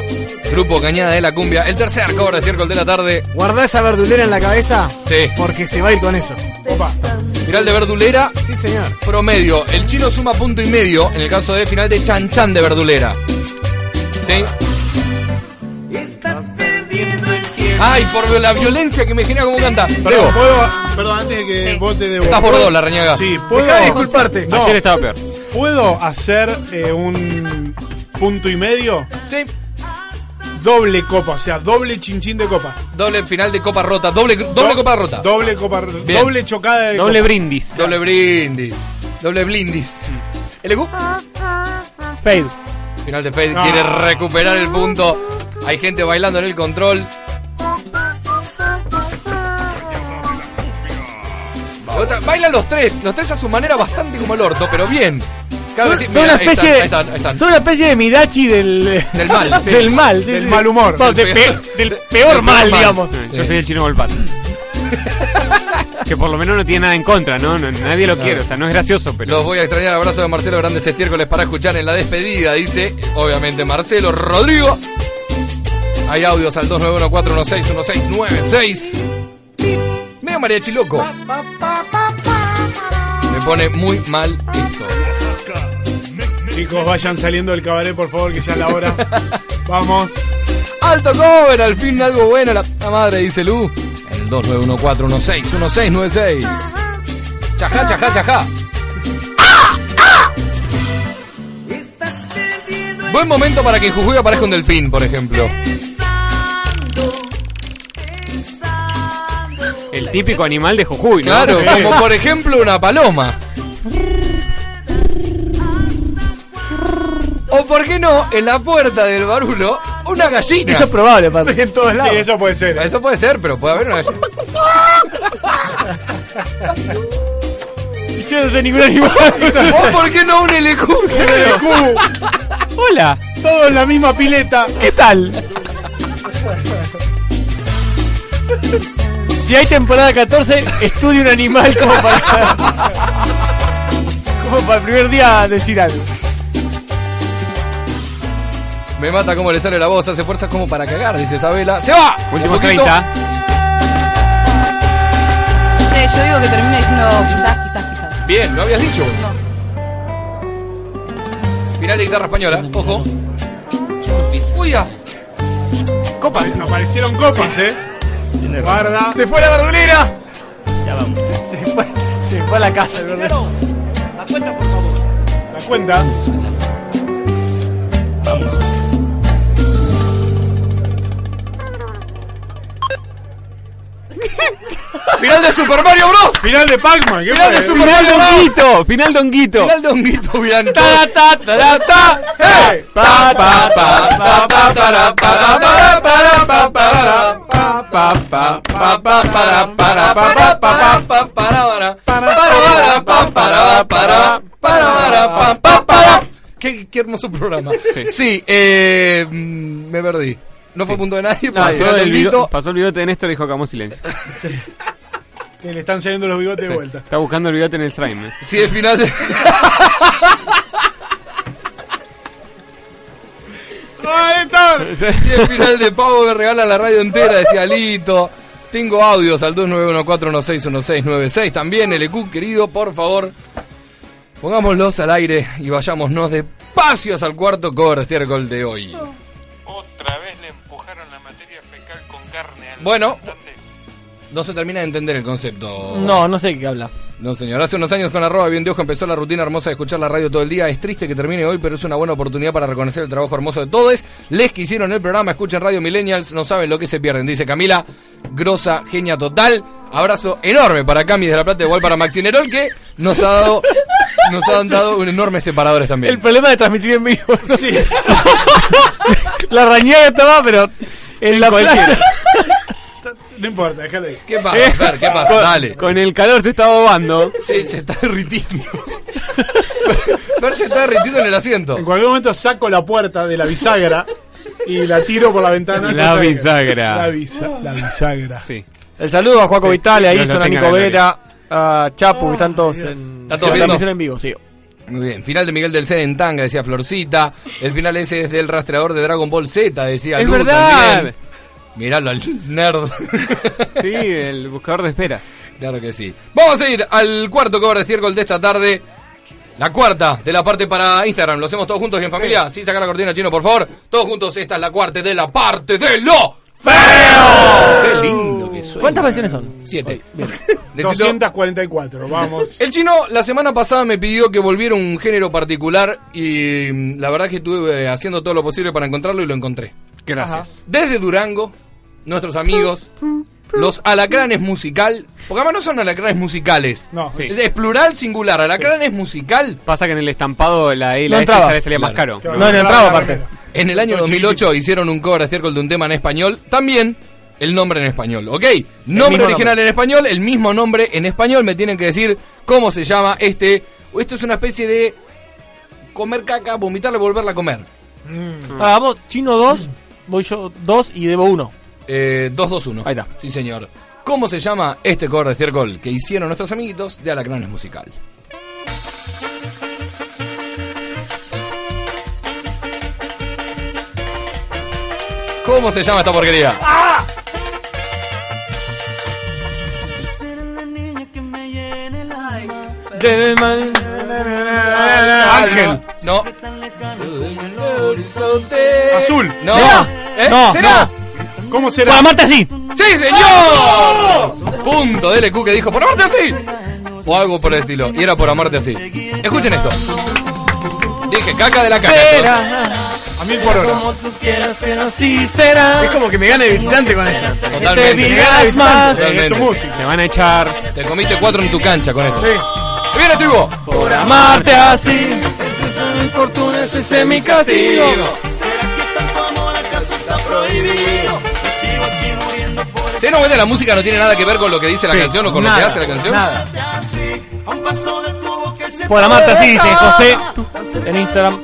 Speaker 3: Grupo Cañada de la Cumbia, el tercer cover de Circle de la tarde.
Speaker 5: Guardá esa verdulera en la cabeza
Speaker 3: Sí.
Speaker 5: porque se va a ir con eso.
Speaker 3: Final de verdulera,
Speaker 5: Sí, señor.
Speaker 3: promedio. El chino suma punto y medio en el caso de final de Chan Chan de verdulera. ¿Sí? Ay, por la violencia que me genera como canta.
Speaker 8: Perdón,
Speaker 3: Debo,
Speaker 8: ¿puedo, perdón, antes de que
Speaker 6: Sí.
Speaker 8: vote de
Speaker 3: estás por dos, la reñaga.
Speaker 8: Sí, puedo.
Speaker 5: Dejá de disculparte.
Speaker 8: No,
Speaker 7: Ayer estaba peor.
Speaker 8: ¿Puedo hacer eh, un punto y medio?
Speaker 3: Sí.
Speaker 8: Doble copa, o sea, doble chinchín de copa.
Speaker 3: Doble final de copa rota, doble, doble
Speaker 8: Do-
Speaker 3: copa rota.
Speaker 8: Doble copa
Speaker 3: Bien.
Speaker 8: Doble chocada de
Speaker 7: Doble brindis.
Speaker 3: Doble brindis. Doble blindis. LQ,
Speaker 4: Fail.
Speaker 3: final de Fade
Speaker 8: No.
Speaker 3: quiere recuperar el punto. Hay gente bailando en el control. Otra- bailan los tres, los tres a su manera bastante como el orto, pero bien. Claro que
Speaker 4: Son,
Speaker 3: sí,
Speaker 4: son una
Speaker 3: mirá, ahí están,
Speaker 4: especie de,
Speaker 3: ahí están, ahí están.
Speaker 4: son una especie de Mirachi del,
Speaker 3: Del
Speaker 4: (laughs)
Speaker 3: mal, sí.
Speaker 4: del mal, sí,
Speaker 8: Del
Speaker 4: sí.
Speaker 8: mal humor.
Speaker 4: No, de
Speaker 3: Del
Speaker 4: pe-
Speaker 3: peor-
Speaker 4: del,
Speaker 3: del
Speaker 4: peor,
Speaker 3: peor
Speaker 4: mal,
Speaker 3: mal.
Speaker 4: digamos.
Speaker 7: Sí,
Speaker 3: Sí.
Speaker 7: Yo soy el chino golpal. que por lo menos no tiene nada en contra, ¿no? No- nadie lo quiere, o sea, no es gracioso,
Speaker 3: Los
Speaker 7: pero.
Speaker 3: voy a extrañar. Abrazo de Marcelo Grandes Estiércoles para escuchar en la despedida, dice obviamente Marcelo Rodrigo. Hay audios al 2914161696. Mira mariachi loco. Me pone muy mal esto.
Speaker 8: Chicos, vayan saliendo del cabaret, por favor, que ya es la hora. Vamos.
Speaker 3: Alto cover, al fin algo bueno, la puta madre, dice Lu. El 2914161696. Chajá, chajá, chajá. Buen momento para que en Jujuy aparezca un delfín, por ejemplo.
Speaker 7: El típico animal de Jujuy, ¿no?
Speaker 3: Claro,
Speaker 7: Sí.
Speaker 3: como
Speaker 7: (laughs)
Speaker 3: por ejemplo una paloma. O por qué no, en la puerta del barulo, una gallina.
Speaker 4: Eso es probable, papi.
Speaker 5: en todos
Speaker 8: Sí, eso puede ser.
Speaker 3: Eso puede ser, pero puede haber una gallina.
Speaker 4: Yo no soy ningún
Speaker 3: (laughs)
Speaker 4: animal.
Speaker 3: O por qué no un LQ.
Speaker 4: Hola,
Speaker 8: Todo en la misma pileta.
Speaker 4: ¿qué tal? Si hay temporada 14, estudia un animal como para. como para el primer día decir algo.
Speaker 3: Me mata cómo le sale la voz, hace fuerzas como para cagar, dice Isabela. ¡Se va!
Speaker 7: Últimos
Speaker 3: Un poquito.
Speaker 7: 30.
Speaker 6: Che, yo digo que termina diciendo quizás, quizás, quizás.
Speaker 3: Bien, lo habías dicho.
Speaker 6: No.
Speaker 3: Final de guitarra española, ojo. Uy, ya.
Speaker 8: Copas. Aparecieron copas, ¿eh? Guarda.
Speaker 5: ¡Se fue la verdulera!
Speaker 4: Se fue, se fue a la casa, ¿verdad?
Speaker 8: La cuenta.
Speaker 3: Final de Super Mario Bros.
Speaker 8: Final de Pac-Man. ¿qué
Speaker 3: Final de
Speaker 8: fue?
Speaker 3: Super
Speaker 7: Final
Speaker 3: Mario Bros.
Speaker 7: donguito, final donguito.
Speaker 3: Final de Honguito Blanco.
Speaker 4: Ta, ta, ta, ta, ta.
Speaker 3: ¡Eh!
Speaker 4: Pa, pa, pa, pa, pa, para, pa, pa, para, pa, para.
Speaker 7: Pa, pa,
Speaker 3: Pa, pa, para, para, pa, pa, pa, pa, pa, para, para. Para, para, pa, para, para, para, para, pa, pa, para. Qué, qué hermoso programa. Sí,
Speaker 7: Sí.
Speaker 3: eh, mm, me perdí. No fue punto de nadie,
Speaker 7: No,
Speaker 3: pasó
Speaker 7: pasó,
Speaker 3: del
Speaker 7: el
Speaker 3: grito.
Speaker 7: video, pasó el bigote de Néstor y dijo hagamos silencio.
Speaker 8: Que le están saliendo los bigotes de vuelta.
Speaker 7: Está buscando el bigote en el slime. eh.
Speaker 3: Sí, el final de... (laughs)
Speaker 8: ¡Ah, Néstor!
Speaker 3: Sí, el final de Pavo me regala la radio entera, decía Lito. Tengo audios al 2914161696. También, LQ, querido, por favor, pongámoslos al aire y vayámonos despacios al cuarto cover de Estiércol de hoy.
Speaker 11: Otra vez le empujaron la materia fecal con carne al
Speaker 3: Bueno.
Speaker 11: representante.
Speaker 3: No se termina de entender el concepto.
Speaker 4: No, no sé de qué habla.
Speaker 3: No, señor. Hace unos años con arroba bien de ojo empezó la rutina hermosa de escuchar la radio todo el día. Es triste que termine hoy, pero es una buena oportunidad para reconocer el trabajo hermoso de todos. Les que hicieron el programa, escuchen Radio Millennials, no saben lo que se pierden. Dice Camila, grosa, genia total. Abrazo enorme para Cami de La Plata, igual para Maxinerol, que nos ha dado, nos han dado un enorme separadores
Speaker 4: El
Speaker 3: también.
Speaker 4: problema de transmitir en vivo. Sí. (laughs) la rañaga estaba, pero. En la playa.
Speaker 8: No importa, déjalo ahí.
Speaker 3: ¿Qué pasa, Fer? ¿Qué pasa?
Speaker 7: Con-
Speaker 3: Dale.
Speaker 7: Con el calor se está bobando.
Speaker 3: Se, se está derritiendo. (laughs) Fer- Fer se está derritiendo en el asiento.
Speaker 8: En cualquier momento saco la puerta de la bisagra y la tiro por la ventana.
Speaker 7: La bisagra.
Speaker 8: La, bisa- la bisagra.
Speaker 7: Sí.
Speaker 4: El saludo a Juaco Vitale, a
Speaker 7: Dios
Speaker 4: Ison,
Speaker 7: lo
Speaker 4: a
Speaker 7: tenga
Speaker 4: Nico
Speaker 7: en la
Speaker 4: Vera, a Chapu, que están todos en
Speaker 3: ¿Está todo
Speaker 4: la
Speaker 3: viendo?
Speaker 4: transmisión en vivo, sí.
Speaker 3: Muy bien, final de Miguel del Cid en tanga, decía Florcita. El final ese es del rastreador de Dragon Ball Z, decía
Speaker 7: ¡Es
Speaker 3: Lu
Speaker 7: verdad!
Speaker 3: también. Miralo al nerd.
Speaker 7: Sí, el buscador de esperas.
Speaker 3: (laughs) Claro que sí. Vamos a ir al cuarto cover de estiércol de esta tarde. La cuarta de la parte para Instagram. ¿Lo hacemos todos juntos y en familia? Sí, saca la cortina chino, por favor. Todos juntos, esta es la cuarta de la parte de lo feo. Qué lindo que suena.
Speaker 8: ¿Cuántas
Speaker 3: versiones son? Siete. Necesito-
Speaker 8: 244, vamos.
Speaker 3: El chino la semana pasada me pidió que volviera un género particular y mm, la verdad que estuve haciendo todo lo posible para encontrarlo y lo encontré.
Speaker 7: Gracias.
Speaker 3: Desde Durango, nuestros amigos, los alacranes musical, porque además no son alacranes musicales.
Speaker 8: No,
Speaker 7: Sí.
Speaker 3: es, es plural singular, alacranes musical.
Speaker 7: Pasa que en el estampado la E y la
Speaker 3: No
Speaker 7: S
Speaker 3: entraba.
Speaker 7: ya le salía más
Speaker 3: Claro.
Speaker 7: caro.
Speaker 3: No, no entraba, aparte. En el año
Speaker 7: Todo
Speaker 3: 2008 hicieron un cover estiércol de un tema en español, también el nombre en español, ¿ok?
Speaker 7: mismo
Speaker 3: Nombre original en español, el mismo nombre en español, me tienen que decir cómo se llama este. Esto es una especie de comer caca, vomitarla y volverla a comer.
Speaker 4: Ah, vamos, chino 2, voy yo 2 y debo 1.
Speaker 3: Eh, 221. Ahí está. Sí, señor. ¿Cómo se llama este cover de estiércol que hicieron nuestros amiguitos de Alacranes Musical? ¿Cómo se llama esta porquería?
Speaker 8: Ángel.
Speaker 3: No.
Speaker 8: Azul.
Speaker 3: No.
Speaker 8: ¿Será?
Speaker 3: ¿Eh?
Speaker 8: No.
Speaker 3: ¿Será?
Speaker 8: ¿Cómo será?
Speaker 3: Por amarte así. ¡Sí, señor! Punto del EQ que dijo, por amarte así. O algo por el estilo. Y era por amarte así. Escuchen esto. Dije, caca de la caca.
Speaker 8: A mil por hora.
Speaker 5: Es como que me gane de visitante con esto.
Speaker 3: Totalmente.
Speaker 5: Me gana de visitante.
Speaker 3: Totalmente.
Speaker 5: Eh, tu música.
Speaker 7: Te van a echar.
Speaker 3: Te comiste cuatro en tu cancha con esto.
Speaker 8: Sí.
Speaker 3: ¡Viene, tribu!
Speaker 7: Por
Speaker 4: amarte
Speaker 7: así.
Speaker 4: mi fortuna, ese es mi
Speaker 3: ¿Se no cuenta que la música no tiene nada que ver con lo que dice la
Speaker 4: Sí,
Speaker 3: canción o con lo
Speaker 4: nada,
Speaker 3: que hace la canción?
Speaker 4: Por amarte así, dice José en Instagram.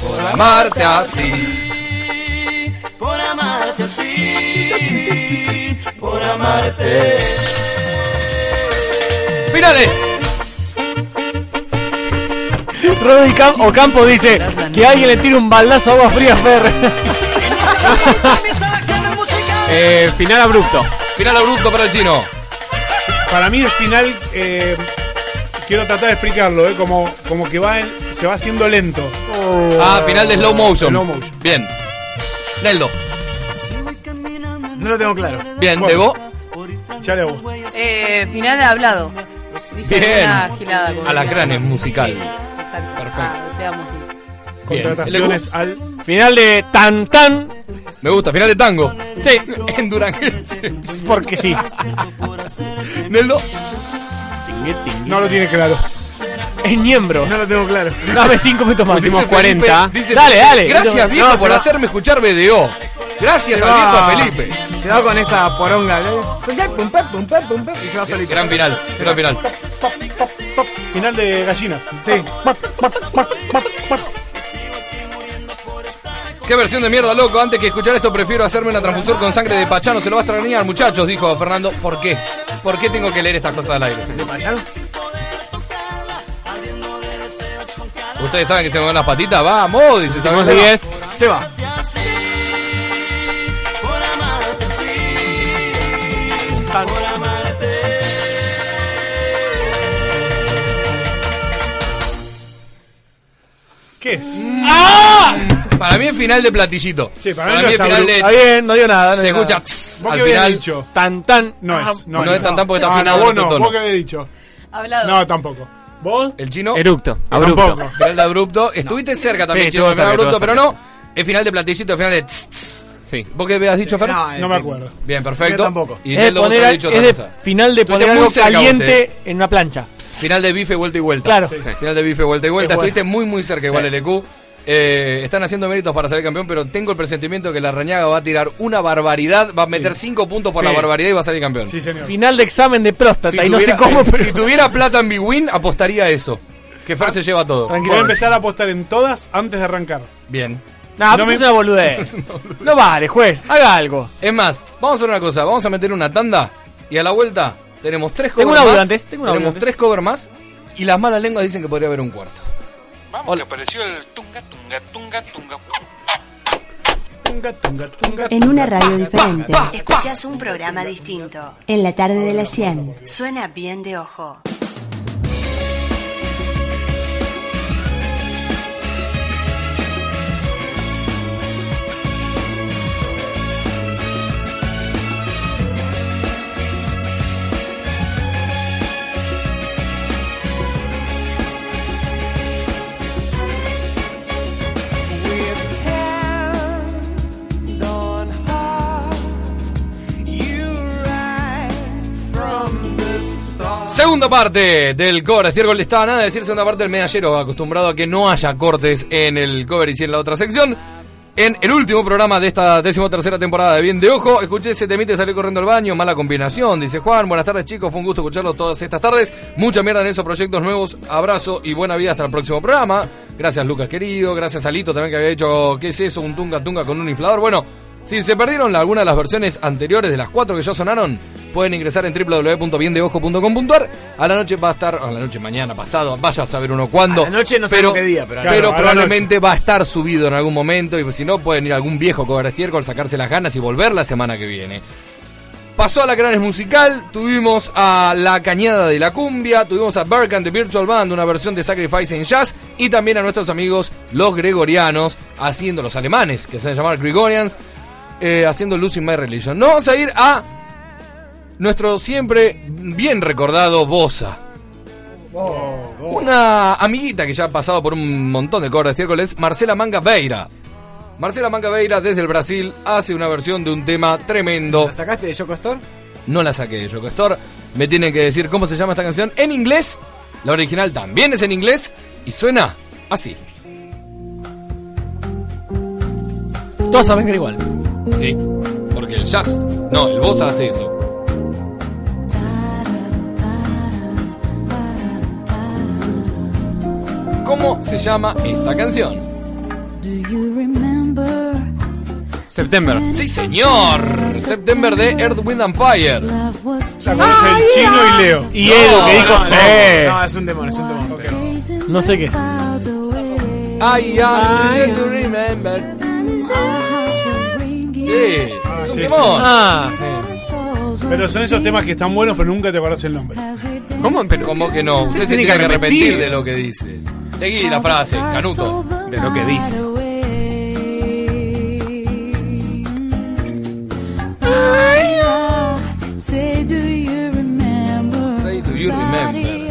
Speaker 3: Por amarte así.
Speaker 12: Por amarte así, por amarte.
Speaker 3: ¡Finales!
Speaker 4: Rodri Cam- Ocampo dice que alguien le tire un baldazo de agua fría a Fer. (laughs)
Speaker 7: Eh, final abrupto.
Speaker 3: Final abrupto para el chino.
Speaker 8: Para mí el final, eh, quiero tratar de explicarlo, eh, como, como que va en- se va haciendo lento.
Speaker 3: Ah, final de slow motion.
Speaker 8: Slow motion.
Speaker 3: Bien. Neldo.
Speaker 5: No lo tengo claro.
Speaker 3: Bien,
Speaker 5: Bueno.
Speaker 3: Debo.
Speaker 8: Ya le hago.
Speaker 6: Eh, final hablado. Dice
Speaker 3: Bien.
Speaker 6: una gilada con-
Speaker 3: Alacranes musical.
Speaker 6: Exacto.
Speaker 3: Perfecto.
Speaker 6: Ah, te amo, sí.
Speaker 3: Bien.
Speaker 8: Contrataciones al.
Speaker 4: Final de tan tan.
Speaker 3: Me gusta, final de tango.
Speaker 4: Sí.
Speaker 3: (laughs) En
Speaker 5: (laughs)
Speaker 3: Durango.
Speaker 4: Porque sí.
Speaker 3: Neldo.
Speaker 8: No lo tiene claro.
Speaker 4: Es miembro.
Speaker 5: No lo tengo claro.
Speaker 4: Dame 5 minutos más.
Speaker 3: Dice Felipe- dice
Speaker 4: dale,
Speaker 3: Felipe,
Speaker 4: dale.
Speaker 3: Gracias, viejo,
Speaker 5: No, se
Speaker 3: por
Speaker 5: va.
Speaker 3: hacerme escuchar BDO. Gracias
Speaker 5: Se
Speaker 3: al viejo
Speaker 5: va.
Speaker 3: a Felipe.
Speaker 5: Se va con esa poronga. ¿eh? Pum, pam, pum, pam, pum, pam, Y se va solito.
Speaker 3: Gran final, gran final.
Speaker 8: Final de gallina.
Speaker 5: Sí.
Speaker 3: Qué versión de mierda, loco. Antes que escuchar esto, prefiero hacerme una transfusión con sangre de Pachano. Se lo va a extrañar, muchachos, dijo Fernando. ¿Por qué? ¿Por qué tengo que leer estas cosas al aire?
Speaker 5: ¿De Pachano?
Speaker 3: Ustedes saben que se me van las patitas. Vamos, dice
Speaker 7: Simón
Speaker 3: Samuel.
Speaker 7: Díez.
Speaker 5: Se va.
Speaker 8: ¿Qué es?
Speaker 3: Para mí es final de platillito.
Speaker 8: Sí, para mí no es
Speaker 3: final
Speaker 8: abru-
Speaker 3: de.
Speaker 4: Está bien, no digo nada. no
Speaker 3: se
Speaker 4: digo
Speaker 3: escucha.
Speaker 4: nada.
Speaker 3: tss,
Speaker 8: ¿Vos
Speaker 3: al
Speaker 8: qué habías
Speaker 3: final.
Speaker 8: dicho?
Speaker 4: Tan tan.
Speaker 8: No es. No,
Speaker 3: No es tan tan porque está
Speaker 8: Ah,
Speaker 3: afinado
Speaker 8: no,
Speaker 3: en otro
Speaker 8: vos no,
Speaker 3: tono.
Speaker 8: ¿Vos qué habías dicho?
Speaker 6: Hablado.
Speaker 8: No, tampoco. ¿Vos?
Speaker 3: El chino.
Speaker 7: Eructo.
Speaker 8: Tampoco.
Speaker 7: Abrupto.
Speaker 3: Final de abrupto. Estuviste cerca también,
Speaker 7: Sí,
Speaker 3: chino.
Speaker 7: estuvo
Speaker 3: Final de
Speaker 7: cerca,
Speaker 3: abrupto,
Speaker 7: estuvo
Speaker 3: pero no. Es final de platillito, final de. tss, tss.
Speaker 7: Sí.
Speaker 3: ¿Vos qué habías dicho, Fer?
Speaker 5: No, eh,
Speaker 8: No me acuerdo.
Speaker 3: Bien, perfecto.
Speaker 5: Yo tampoco.
Speaker 3: Y
Speaker 4: Es de
Speaker 3: Neldo vos
Speaker 4: poner
Speaker 3: habías
Speaker 4: al-
Speaker 3: dicho
Speaker 4: es
Speaker 3: otra
Speaker 4: de
Speaker 3: cosa.
Speaker 4: final de
Speaker 3: Estuviste
Speaker 4: poner
Speaker 3: muy
Speaker 4: algo
Speaker 3: cerca vos,
Speaker 4: caliente en una plancha.
Speaker 3: Final de bife, vuelta y vuelta.
Speaker 4: Claro.
Speaker 3: Final de bife, vuelta y vuelta.
Speaker 4: Es bueno.
Speaker 3: Estuviste muy, muy cerca igual LQ. Eh, están haciendo méritos para salir campeón, pero tengo el presentimiento que la Rañaga va a tirar una barbaridad, va a meter cinco puntos por
Speaker 4: Sí.
Speaker 3: la barbaridad y va a salir campeón.
Speaker 8: Sí, señor.
Speaker 4: Final de examen de próstata y no sé
Speaker 3: tuviera-
Speaker 4: cómo,
Speaker 8: (laughs)
Speaker 3: si
Speaker 4: pero Ah.
Speaker 3: tuviera plata en mi win, apostaría a eso. Que Fer se lleva todo.
Speaker 8: Voy a
Speaker 4: tranquilo.
Speaker 8: empezar a apostar en todas antes de arrancar.
Speaker 3: Bien.
Speaker 4: Nah,
Speaker 8: (laughs) No
Speaker 4: pues
Speaker 8: me-
Speaker 4: es una boludez. no vale, juez, haga algo.
Speaker 3: Es más, vamos a hacer una cosa, vamos a meter una tanda Y a la vuelta tenemos tres
Speaker 4: Tengo
Speaker 3: covers
Speaker 4: un audio
Speaker 3: más.
Speaker 4: antes, tengo un audio
Speaker 3: tenemos
Speaker 4: antes.
Speaker 3: tres covers más. Y las malas lenguas dicen que podría haber un cuarto.
Speaker 11: Vamos, que apareció el tunga, tunga, tunga, tunga.
Speaker 13: En una radio diferente.
Speaker 14: Escuchas un programa distinto.
Speaker 13: En la tarde de la 100.
Speaker 14: Suena bien de ojo.
Speaker 3: Segunda parte del cover de le Estaba nada de decir segunda parte del medallero, acostumbrado a que no haya cortes en el cover y sí en la otra sección. En el último programa de esta decimotercera temporada de Bien de Ojo, escuché ese temite salir corriendo al baño, mala combinación, dice Juan. Buenas tardes chicos, fue un gusto escucharlos todas estas tardes. Mucha mierda en esos proyectos nuevos. Abrazo y buena vida hasta el próximo programa. Gracias Lucas querido, gracias Alito también que había dicho, ¿qué es eso? Un tunga tunga con un inflador. Bueno, si se perdieron alguna de las versiones anteriores de las cuatro que ya sonaron, pueden ingresar en www.biendeojo.com.ar. A la noche va a estar, a la noche mañana pasado, vaya a saber uno cuándo.
Speaker 5: A la noche no sabemos qué día, pero a la noche.
Speaker 3: probablemente va a estar subido en algún momento y si no pueden ir a algún viejo cobrar estiércol, sacarse las ganas y volver la semana que viene. Pasó a la Cranes Musical, tuvimos a La Cañada de la Cumbia, tuvimos a Burke and the Virtual Band, una versión de Sacrifice en Jazz, y también a nuestros amigos los gregorianos, haciendo los alemanes, que se hacen llamar Gregorians, eh, haciendo Losing My Religion. Nos vamos a ir a nuestro siempre bien recordado Bosa. Una amiguita que ya ha pasado por un montón de covers de estiércol es Marcela Manga Veira. Marcela Manga Veira desde el Brasil hace una versión de un tema tremendo. ¿La
Speaker 5: sacaste de Yoko Store?
Speaker 3: No la saqué de Yoko Store. Me tienen que decir cómo se llama esta canción en inglés. La original también es en inglés y suena así.
Speaker 4: Todos saben que era igual.
Speaker 3: Sí, porque el jazz. No, el bossa hace eso. ¿Cómo se llama esta canción?
Speaker 7: September.
Speaker 3: Sí, señor. September de Earth, Wind and Fire.
Speaker 8: el chino y Leo.
Speaker 4: Y Edu, que dijo, "Sí".
Speaker 5: No, es un demonio, es un demonio.
Speaker 4: No sé qué.
Speaker 3: I am to remember. Ah, Sí, es un temón.
Speaker 8: Pero son esos temas que están buenos, pero nunca te acordás el nombre.
Speaker 7: ¿Cómo?
Speaker 3: ¿Cómo que no? Usted se tiene que arrepentir de lo que dice. Seguí la frase, Canuto.
Speaker 7: De lo que dice.
Speaker 3: Say, do you remember?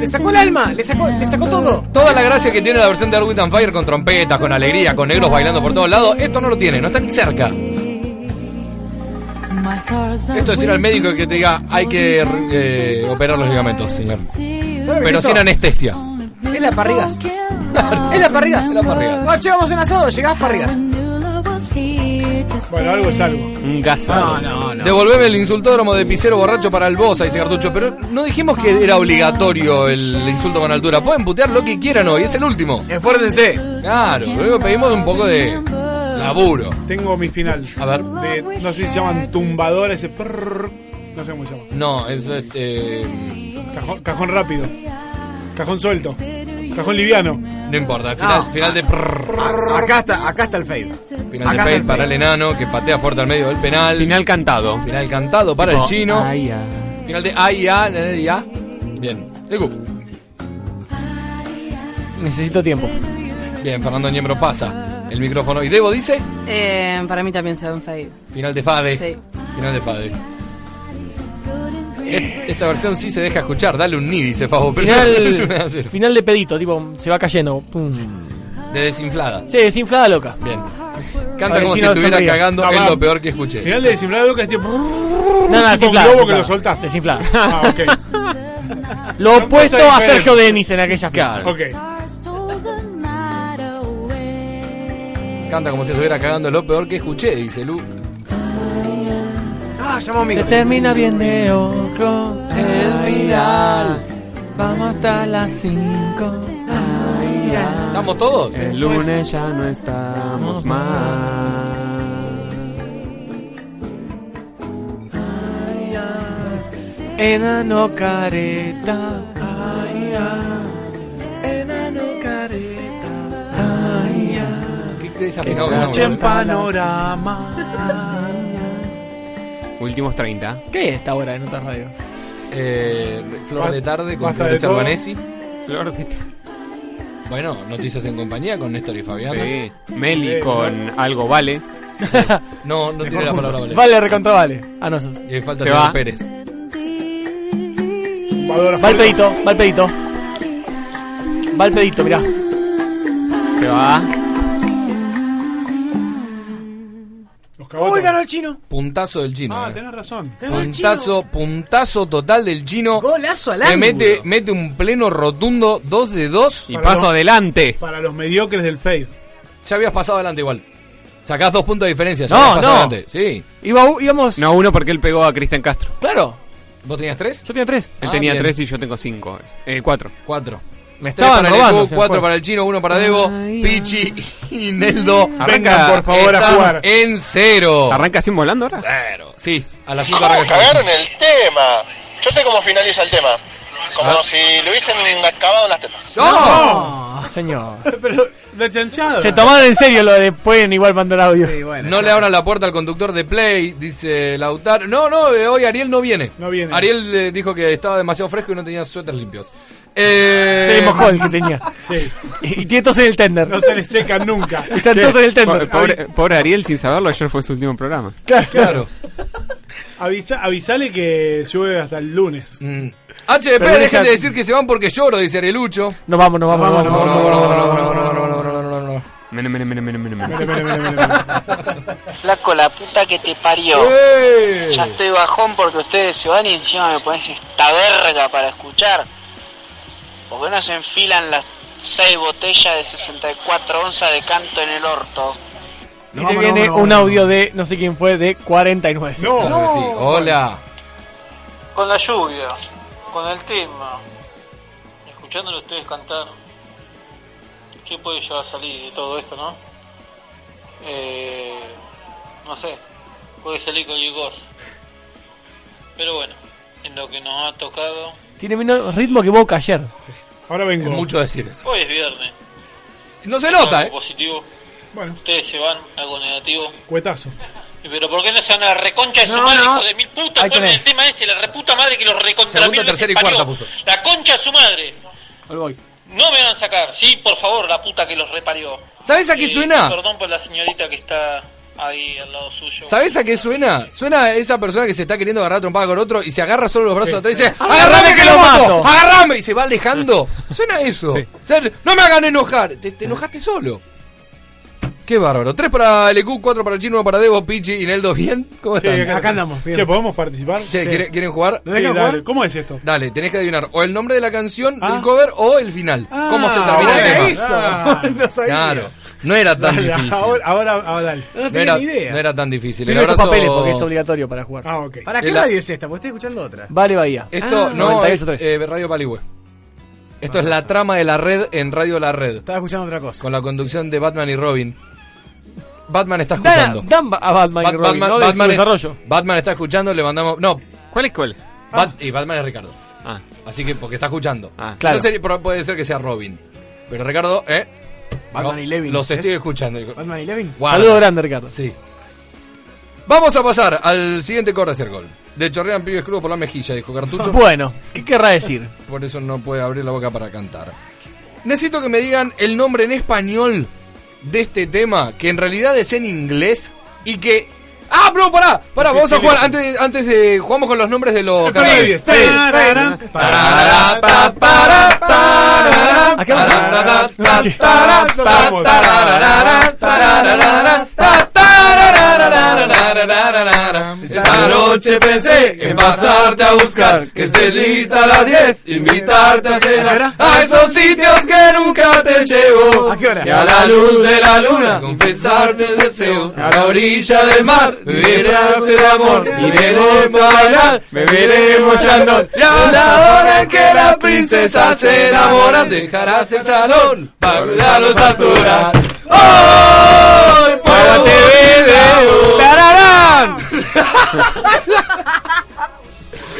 Speaker 5: Le sacó el alma, le sacó, le sacó todo.
Speaker 3: Toda la gracia que tiene la versión de Earth, Wind and Fire con trompetas, con alegría, con negros bailando por todos lados, esto no lo tiene, no está ni cerca. Esto es ir al médico y que te diga, hay que eh, operar los ligamentos, señor.
Speaker 5: ¿Sabe qué
Speaker 3: Pero
Speaker 5: es
Speaker 3: sin
Speaker 5: esto?
Speaker 3: anestesia. (laughs)
Speaker 5: Es la parrigas. es la parrigas. Es la
Speaker 3: parrigas.
Speaker 5: vamos a un asado, llegás parrigas. Bueno, algo es algo.
Speaker 7: Un
Speaker 5: No,
Speaker 7: gasado.
Speaker 5: no, no.
Speaker 3: Devolveme el insultódromo de pisero borracho para el Bosa, dice Cartucho. Pero no dijimos que era obligatorio el insulto con altura. Pueden putear lo que quieran hoy, es el último.
Speaker 5: Esfuércense.
Speaker 3: Claro, luego pedimos un poco de laburo.
Speaker 8: Tengo mi final.
Speaker 3: A ver.
Speaker 8: De- no sé si se llaman tumbador, ese prrrr, No sé cómo se llama.
Speaker 3: No, eso es. eh,
Speaker 8: Cajón, cajón rápido. Cajón suelto. Cajón liviano.
Speaker 3: no importa, final, final de. prrr,
Speaker 5: Acá está, acá está el fade.
Speaker 3: final de
Speaker 5: Ah. acá está
Speaker 3: fade
Speaker 5: el
Speaker 3: para el enano que patea fuerte al medio del penal.
Speaker 7: Final cantado.
Speaker 3: Final cantado para el
Speaker 7: Tipo,
Speaker 3: chino.
Speaker 7: ay, ah.
Speaker 3: Final de ay, ya, eh, ya. Bien, el cupo.
Speaker 4: Necesito tiempo.
Speaker 3: Bien, Fernando Niembro pasa el micrófono. ¿Y Debo dice?
Speaker 6: Eh, para mí también se da un fade.
Speaker 3: Final de Fade.
Speaker 6: Sí.
Speaker 3: Final de Fade. Es- Esta versión sí se deja escuchar. Dale un ni, dice Fabo. Pero (laughs)
Speaker 8: (laughs)
Speaker 3: es una-
Speaker 4: Final,
Speaker 3: de
Speaker 4: final de pedito, tipo, se va cayendo. Pum.
Speaker 3: desinflada.
Speaker 4: Sí, desinflada loca.
Speaker 3: Bien.
Speaker 4: Para
Speaker 3: Canta
Speaker 4: que el
Speaker 3: como si
Speaker 4: chino
Speaker 3: estuviera
Speaker 4: sonría.
Speaker 3: cagando.
Speaker 4: No,
Speaker 3: es
Speaker 4: va.
Speaker 3: lo peor que escuché.
Speaker 8: Final de desinflado que es tipo.
Speaker 4: No, no,
Speaker 8: Uh, tipo un
Speaker 4: desinflada,
Speaker 8: globo que
Speaker 4: desinflada.
Speaker 8: lo soltás.
Speaker 4: Desinflada. (laughs)
Speaker 8: Ah, ok.
Speaker 4: Lo
Speaker 8: Son
Speaker 4: opuesto
Speaker 8: cosas
Speaker 4: a
Speaker 8: diferentes.
Speaker 4: Sergio Denis en aquella fiesta.
Speaker 8: Ok.
Speaker 3: Canta como si estuviera cagando. Es lo peor que escuché, dice Lu.
Speaker 5: Ah, llamó a
Speaker 4: Se
Speaker 5: amigos.
Speaker 4: termina bien de ojo. El
Speaker 3: final.
Speaker 4: Vamos hasta las 5.
Speaker 3: ¿Estamos todos?
Speaker 7: El lunes ya no estamos más.
Speaker 4: Enano careta.
Speaker 12: Ay, ay, enano careta. Ay, ay,
Speaker 3: ¿Qué
Speaker 7: desafinado que
Speaker 12: escuchen
Speaker 7: estamos?
Speaker 12: panorama.
Speaker 7: Últimos 30.
Speaker 4: ¿Qué es esta hora en otras radios?
Speaker 3: Eh, Flor de tarde con
Speaker 7: Basta de
Speaker 3: Florencia
Speaker 7: todo.
Speaker 3: Albanesi. Flor de Bueno, noticias en compañía con Néstor y Fabián.
Speaker 7: Sí. Meli con algo vale.
Speaker 3: No, no tiene la palabra vale.
Speaker 4: Vale, recontra vale. Ah, no,
Speaker 3: Y ahí falta
Speaker 7: Se
Speaker 3: Señor
Speaker 7: va.
Speaker 3: Pérez.
Speaker 4: Va el pedito, va el pedito. Va el pedito, mirá.
Speaker 7: Se va.
Speaker 4: Ah,
Speaker 8: Uy, ganó el
Speaker 5: chino.
Speaker 3: Puntazo del chino.
Speaker 8: Ah,
Speaker 3: eh.
Speaker 8: tenés razón.
Speaker 3: Puntazo, puntazo total del chino.
Speaker 5: Golazo al
Speaker 3: Le
Speaker 5: ángulo.
Speaker 3: mete, mete un pleno rotundo, dos de dos.
Speaker 7: Y paso adelante.
Speaker 8: Para los mediocres del Fade. (laughs)
Speaker 3: Ya habías pasado adelante igual. Sacás dos puntos de diferencia. ya
Speaker 7: No,
Speaker 3: habías
Speaker 7: no.
Speaker 3: pasado adelante. Sí.
Speaker 4: íbamos.
Speaker 7: No, uno porque él pegó a Cristian Castro.
Speaker 4: Claro.
Speaker 3: ¿Vos tenías tres?
Speaker 4: Yo tenía tres.
Speaker 7: Él
Speaker 3: Ah,
Speaker 7: tenía
Speaker 3: bien.
Speaker 7: tres y yo tengo cinco. Eh, cuatro.
Speaker 3: Cuatro.
Speaker 4: Me
Speaker 3: Tres
Speaker 7: estaban
Speaker 3: para
Speaker 7: robando,
Speaker 3: el
Speaker 7: se
Speaker 3: Q,
Speaker 7: me
Speaker 3: cuatro
Speaker 7: fue.
Speaker 3: para el chino, uno para Debo, Pichi y Neldo.
Speaker 7: Vengan, por favor, a
Speaker 3: están
Speaker 7: jugar.
Speaker 3: En
Speaker 4: Oh.
Speaker 3: cero.
Speaker 7: ¿Arranca sin volando ahora?
Speaker 3: Cero. Sí, a las
Speaker 11: No,
Speaker 3: cinco arranca el
Speaker 11: cagaron el tema. Yo sé cómo finaliza el tema. Como
Speaker 3: Ah.
Speaker 11: si lo hubiesen acabado en las tetas.
Speaker 7: (laughs)
Speaker 4: Señor.
Speaker 8: Pero la chanchada.
Speaker 4: Se tomaron en serio lo de pueden igual mandar audio.
Speaker 3: No le abran la puerta al conductor de Play, dice Lautaro. No, no, eh, hoy Ariel no viene.
Speaker 8: No viene.
Speaker 3: Ariel eh, dijo que estaba demasiado fresco y no tenía suéteres limpios. Eh,
Speaker 4: Se le mojó el que tenía.
Speaker 8: Sí.
Speaker 4: Y, y tiene tos en el tender.
Speaker 8: No se le seca nunca.
Speaker 4: Está
Speaker 7: Che,
Speaker 4: tos en el
Speaker 7: po-
Speaker 4: tender.
Speaker 7: Pobre, pobre Ariel, sin saberlo, ayer fue su último programa.
Speaker 3: (laughs) Claro.
Speaker 8: Avisa, avisale que llueve hasta el lunes.
Speaker 3: Mm. HP,
Speaker 8: Pero
Speaker 3: dejen
Speaker 8: deja-
Speaker 3: de decir que se van porque lloro, dice Arielucho.
Speaker 4: Nos vamos, nos vamos, nos vamos.
Speaker 3: no,
Speaker 4: nos
Speaker 3: no,
Speaker 4: vamos, nos
Speaker 3: no, no,
Speaker 4: vamos.
Speaker 3: no, no, no, no, no, no, no.
Speaker 7: Mene, mene, mene, mene, mene, mene.
Speaker 3: (laughs)
Speaker 15: Flaco, la puta que te parió.
Speaker 3: ¡Eh!
Speaker 15: Ya estoy bajón porque ustedes se van y encima me pones esta verga para escuchar. ¿Por qué no se enfilan las seis botellas de 64 onzas de canto en el orto?
Speaker 4: Y se viene un audio de no sé quién fue, de 49.
Speaker 3: Claro que sí. Hola.
Speaker 9: Con la lluvia, con el tema, escuchándolo ustedes cantar, ¿qué puede llevar a salir de todo esto, no? Eh, no sé, puede salir con cosa. Pero bueno, en lo que nos ha tocado,
Speaker 4: Tiene menos ritmo que Boca ayer.
Speaker 8: Ahora vengo.
Speaker 3: Es mucho decir eso.
Speaker 9: hoy es viernes.
Speaker 3: No se
Speaker 9: Tengo
Speaker 3: nota,
Speaker 9: algo
Speaker 3: eh.
Speaker 9: positivo. Ustedes se van, algo negativo.
Speaker 8: Cuetazo.
Speaker 9: Y Pero ¿por qué no se van a la reconcha de su
Speaker 8: No,
Speaker 9: madre,
Speaker 8: no.
Speaker 9: hijo de mil putas?
Speaker 8: Ahí
Speaker 9: Ponen
Speaker 8: tenés.
Speaker 9: el tema este. ese, la reputa madre que los recontra
Speaker 3: Segunda,
Speaker 9: mil veces
Speaker 3: tercera y
Speaker 9: parió.
Speaker 3: cuarta puso.
Speaker 9: La concha de su madre. No me van a sacar, sí, por favor, la puta que los reparió.
Speaker 3: ¿Sabes a qué
Speaker 9: Eh,
Speaker 3: suena?
Speaker 9: Perdón por la señorita que está ahí al lado suyo.
Speaker 3: ¿Sabés a qué suena? Suena a esa persona que se está queriendo agarrar trompada con otro y se agarra solo los brazos
Speaker 9: Sí.
Speaker 3: atrás y dice,
Speaker 9: Sí.
Speaker 3: ¡agárrame que
Speaker 9: que
Speaker 3: lo
Speaker 9: lo
Speaker 3: mato!
Speaker 9: mato".
Speaker 3: ¡Agárrame! Y se va alejando. Suena a eso. O sea, no me hagan enojar. Te, te enojaste solo. Qué bárbaro. Tres para LQ, cuatro para el chino, uno para Debo, Pichi y Neldo. ¿Bien? ¿Cómo
Speaker 8: Sí,
Speaker 3: están?
Speaker 8: acá andamos. Che, ¿podemos participar?
Speaker 3: Che,
Speaker 8: Sí.
Speaker 3: ¿quieren, quieren jugar?
Speaker 8: ¿Nos dejan Sí, dale. jugar? ¿Cómo es esto?
Speaker 3: Dale, tenés que adivinar o el nombre de la canción, el cover o el final. ¿Cómo se termina el tema?
Speaker 8: Ah, no sabía.
Speaker 3: Claro, no era tan
Speaker 8: Dale,
Speaker 3: difícil.
Speaker 8: Ahora, ahora, ahora dale.
Speaker 3: No tenía era- ni idea. no era tan difícil. El
Speaker 4: Firme tus
Speaker 3: abrazo-
Speaker 4: papeles porque es obligatorio para jugar.
Speaker 8: Ah, ok.
Speaker 5: ¿Para qué
Speaker 3: Es la-
Speaker 5: radio es esta? Porque estoy escuchando otra.
Speaker 4: Vale, Bahía.
Speaker 3: Esto
Speaker 5: Ah,
Speaker 3: no es
Speaker 5: 98.3.
Speaker 3: eh, Radio Paligüe. Esto es la trama de la red en Radio La Red.
Speaker 5: Estaba escuchando otra cosa.
Speaker 3: Con la conducción de Batman y Robin. Batman está
Speaker 4: Dan a-
Speaker 3: escuchando.
Speaker 4: dan ba- a Batman y
Speaker 3: Bat-
Speaker 4: Robin, ¿no? De su
Speaker 3: es-
Speaker 4: desarrollo. Ah.
Speaker 3: Batman está escuchando, le mandamos. No.
Speaker 7: ¿Cuál es Ah. cuál?
Speaker 3: Y Batman es Ricardo. Así que porque está escuchando.
Speaker 7: claro.
Speaker 3: No sé, pero puede ser que sea Robin. Pero Ricardo, ¿eh?
Speaker 5: Batman
Speaker 3: No,
Speaker 5: y Levin. ¿eh?
Speaker 3: Los
Speaker 5: ¿es?
Speaker 3: estoy escuchando.
Speaker 5: Batman y Levin.
Speaker 3: Guarda.
Speaker 4: Saludo grande, Ricardo.
Speaker 3: Sí. Vamos a pasar al siguiente corte de gol. De chorrean pibes crudos por la mejilla, dijo
Speaker 4: (laughs)
Speaker 3: Cartucho.
Speaker 4: Bueno, ¿qué querrá decir?
Speaker 3: Por eso no puede abrir la boca para cantar. Necesito que me digan el nombre en español de este tema, que en realidad es en inglés y que. ¡Ah, pero pará! Pará, vamos a jugar antes de, antes de. Jugamos con los nombres de los cantantes. Esta noche pensé en pasarte a buscar, que estés lista a las 10, invitarte a cenar a esos sitios que nunca te llevo. Y a la luz de la luna, confesarte el deseo, a la orilla del mar, beberás el amor, iremos a bailar, beberemos chandol. Y a la hora en que la princesa se enamora, dejarás el salón para hablar los azuras. ¡Hoy para TV de
Speaker 12: ¡Tararán!
Speaker 3: (laughs)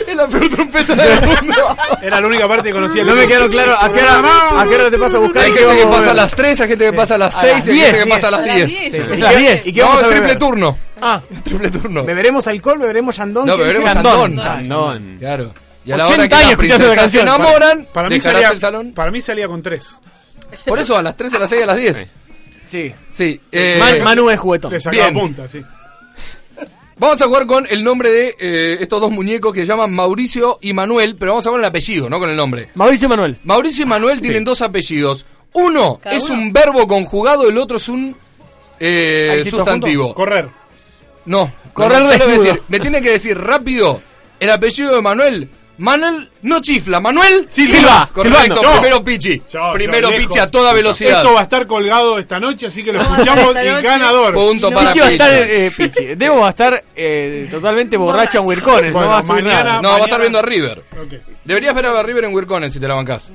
Speaker 3: Es la peor trompeta (laughs) del mundo.
Speaker 8: Era la única parte que conocía.
Speaker 5: No me quedaron claro a qué hora, a qué hora te pasa a buscar.
Speaker 3: Hay
Speaker 5: y qué
Speaker 3: gente que
Speaker 5: vamos a
Speaker 3: pasa a
Speaker 5: ver.
Speaker 3: las 3, hay gente que pasa a las
Speaker 5: A
Speaker 3: 6, hay
Speaker 5: las
Speaker 3: gente
Speaker 5: 10.
Speaker 3: que pasa a las
Speaker 5: A las
Speaker 3: 10.
Speaker 5: 10. Sí. A las 10.
Speaker 3: ¿Y qué
Speaker 5: ¿Y qué
Speaker 3: no,
Speaker 5: vamos a
Speaker 3: triple
Speaker 5: beber?
Speaker 3: turno. Ah, (laughs) triple turno.
Speaker 5: ¿Beberemos alcohol? ¿Beberemos yandón?
Speaker 3: No,
Speaker 5: ¿Qué
Speaker 3: beberemos
Speaker 5: dijiste?
Speaker 3: Andón. Andón. Claro. Y a la hora
Speaker 5: 80
Speaker 3: que las
Speaker 5: años escuchando la
Speaker 3: princesas se
Speaker 5: canción.
Speaker 3: enamoran,
Speaker 8: Para mí,
Speaker 3: dejarás
Speaker 8: salía,
Speaker 3: el salón.
Speaker 8: para mí salía con tres.
Speaker 3: Por eso, a las 3, a las 6, a las 10.
Speaker 4: Sí.
Speaker 3: Sí. eh,
Speaker 4: Man- Manu es juguetón.
Speaker 8: Le sacaba
Speaker 3: Bien.
Speaker 8: punta, sí.
Speaker 3: Vamos a jugar con el nombre de eh, estos dos muñecos que se llaman Mauricio y Manuel, pero vamos a jugar el apellido, no con el nombre.
Speaker 4: Mauricio y Manuel.
Speaker 3: Mauricio y Manuel tienen dos apellidos. Uno
Speaker 4: Cada
Speaker 3: es
Speaker 4: uno.
Speaker 3: un verbo conjugado, el otro es un eh,
Speaker 8: Ahí sí, todo
Speaker 3: sustantivo.
Speaker 8: junto. Correr.
Speaker 3: No,
Speaker 8: Correr
Speaker 3: no, no, yo le voy a
Speaker 8: desnudo.
Speaker 3: decir, me tiene que decir rápido el apellido de Manuel. Manuel no chifla, Manuel
Speaker 8: Silva,
Speaker 3: Correcto,
Speaker 8: silbando. Yo.
Speaker 3: primero Pichi.
Speaker 8: Yo,
Speaker 3: primero
Speaker 8: yo, lejos.
Speaker 3: Pichi a toda velocidad.
Speaker 8: Esto va a estar colgado esta noche, así que lo escuchamos
Speaker 3: Esta
Speaker 8: y
Speaker 3: noche.
Speaker 8: ganador.
Speaker 3: Punto para
Speaker 4: Pichi va a estar,
Speaker 3: Pichi.
Speaker 4: eh, Pichi. Debo va a estar eh, totalmente borracha en Huircones.
Speaker 3: Bueno,
Speaker 4: no va a subir
Speaker 3: mañana-
Speaker 4: nada.
Speaker 3: No, va a estar viendo a River. Deberías ver a River en Wircones si te la bancás.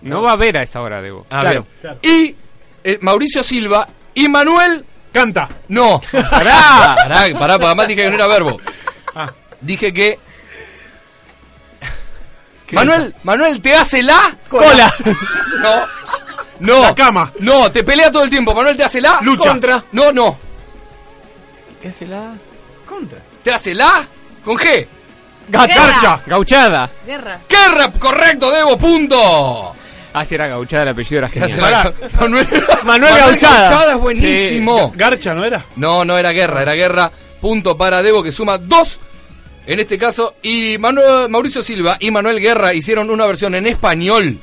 Speaker 7: No va a ver a esa hora, Debo.
Speaker 3: Ah, bien. Y eh, Mauricio Silva y Manuel.
Speaker 8: Canta.
Speaker 3: No. (laughs) Pará. Pará, pará, porque además dije que no era verbo. Ah. Dije que. Manuel, Manuel, ¿te hace la?
Speaker 12: Cola.
Speaker 3: (laughs) No. No. La cama. No, te pelea todo el tiempo. Manuel, ¿te hace la?
Speaker 12: Lucha.
Speaker 3: Contra. No, no.
Speaker 4: ¿Qué hace la?
Speaker 3: ¿Te hace la? Con G.
Speaker 7: Garcha. Guerra. Gauchada.
Speaker 6: Guerra.
Speaker 3: ¡Qué rap correcto, Debo! ¡Punto!
Speaker 7: Ah, si era gauchada el apellido, era genial.
Speaker 3: Pará. (laughs) Manuel,
Speaker 7: Manuel Gauchada.
Speaker 3: es buenísimo.
Speaker 7: Sí.
Speaker 8: Garcha, ¿no era?
Speaker 3: No, no era guerra, era guerra. Punto para Debo que suma dos. En este caso, y Manuel, Mauricio Silva y Manuel Guerra hicieron una versión en español.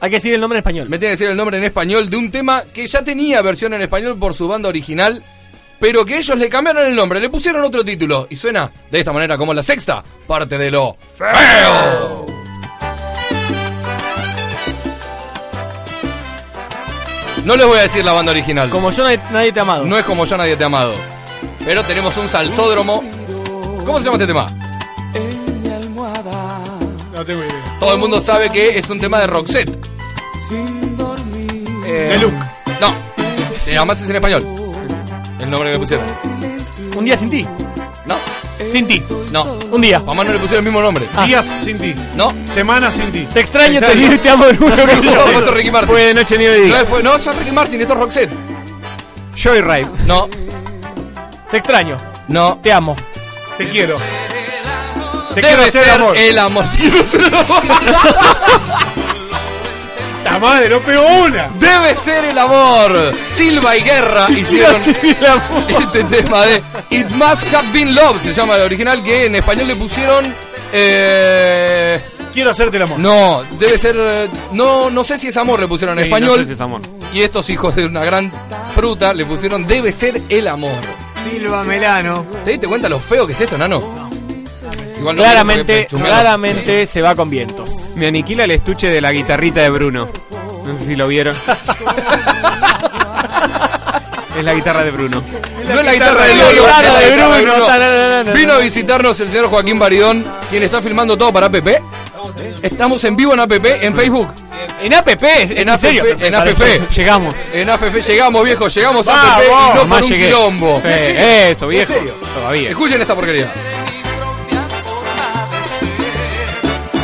Speaker 4: Hay que decir el nombre en español.
Speaker 3: Me tiene que decir el nombre en español de un tema que ya tenía versión en español por su banda original, pero que ellos le cambiaron el nombre, le pusieron otro título y suena de esta manera como la sexta parte de lo feo. No les voy a decir la banda original.
Speaker 4: Como yo nadie, nadie te ha amado.
Speaker 3: No es como yo nadie te ha amado. Pero tenemos un salsódromo. ¿Cómo se llama este tema?
Speaker 8: No tengo idea.
Speaker 3: Todo el mundo sabe que es un tema de Roxette. Eh, No. Eh, Además es en español. El nombre que le pusieron.
Speaker 4: Un día sin ti.
Speaker 3: No.
Speaker 4: Sin ti.
Speaker 3: No.
Speaker 4: Un día.
Speaker 3: Mamá no le pusieron el mismo nombre.
Speaker 5: ah.
Speaker 8: Días sin ti.
Speaker 3: (laughs) No.
Speaker 8: Semanas sin ti.
Speaker 4: Te extraño, te
Speaker 3: Extraño.
Speaker 4: olvido y te amo de
Speaker 5: (laughs)
Speaker 4: nuevo.
Speaker 3: No, vos sos Ricky Martin.
Speaker 7: Fue de noche, nieve y
Speaker 3: No,
Speaker 7: día.
Speaker 3: fue, no, sos Ricky Martin, esto es Roxette.
Speaker 7: Joyride.
Speaker 3: No.
Speaker 4: Te extraño.
Speaker 3: No.
Speaker 4: Te amo.
Speaker 8: Te quiero. Te
Speaker 3: Debe
Speaker 8: quiero hacer
Speaker 3: ser
Speaker 8: amor.
Speaker 3: el (laughs) amor.
Speaker 8: La madre, no pegó una.
Speaker 3: Debe ser el amor. Silva y Guerra hicieron este tema de It Must Have Been Love, se llama el original, que en español le pusieron... Eh...
Speaker 8: Quiero hacerte el amor.
Speaker 3: No, debe ser... eh, No, no sé si es amor le pusieron en
Speaker 7: Sí,
Speaker 3: español.
Speaker 7: no sé si es amor.
Speaker 3: Y estos hijos de una gran fruta le pusieron Debe ser el amor.
Speaker 5: Silva Melano.
Speaker 3: ¿Te diste cuenta lo feo que es esto, nano? Igual no quiero que
Speaker 4: Claramente,
Speaker 3: chumbearon.
Speaker 4: claramente se va con vientos.
Speaker 7: Me aniquila el estuche de la guitarrita de Bruno. No sé si lo
Speaker 3: (laughs)
Speaker 7: vieron. es la guitarra de Bruno.
Speaker 3: No es la guitarra de Lolo,
Speaker 7: Guitarra
Speaker 3: es la guitarra
Speaker 7: de
Speaker 3: de
Speaker 7: Bruno.
Speaker 3: Bruno.
Speaker 7: Ta, la, la, la, la,
Speaker 3: Vino a
Speaker 7: la.
Speaker 3: visitarnos el señor Joaquín Baridón, quien está filmando todo para APP. Estamos en vivo en APP, en Facebook.
Speaker 4: En APP,
Speaker 3: En APP, en APP.
Speaker 7: Llegamos.
Speaker 3: En APP llegamos, viejo, llegamos a
Speaker 7: Vamos.
Speaker 3: APP y no
Speaker 7: Más
Speaker 3: por un
Speaker 7: llegué.
Speaker 3: quilombo.
Speaker 7: Eh, ¿En serio? eso, viejo.
Speaker 3: ¿En serio?
Speaker 7: Todavía.
Speaker 3: Escuchen esta porquería.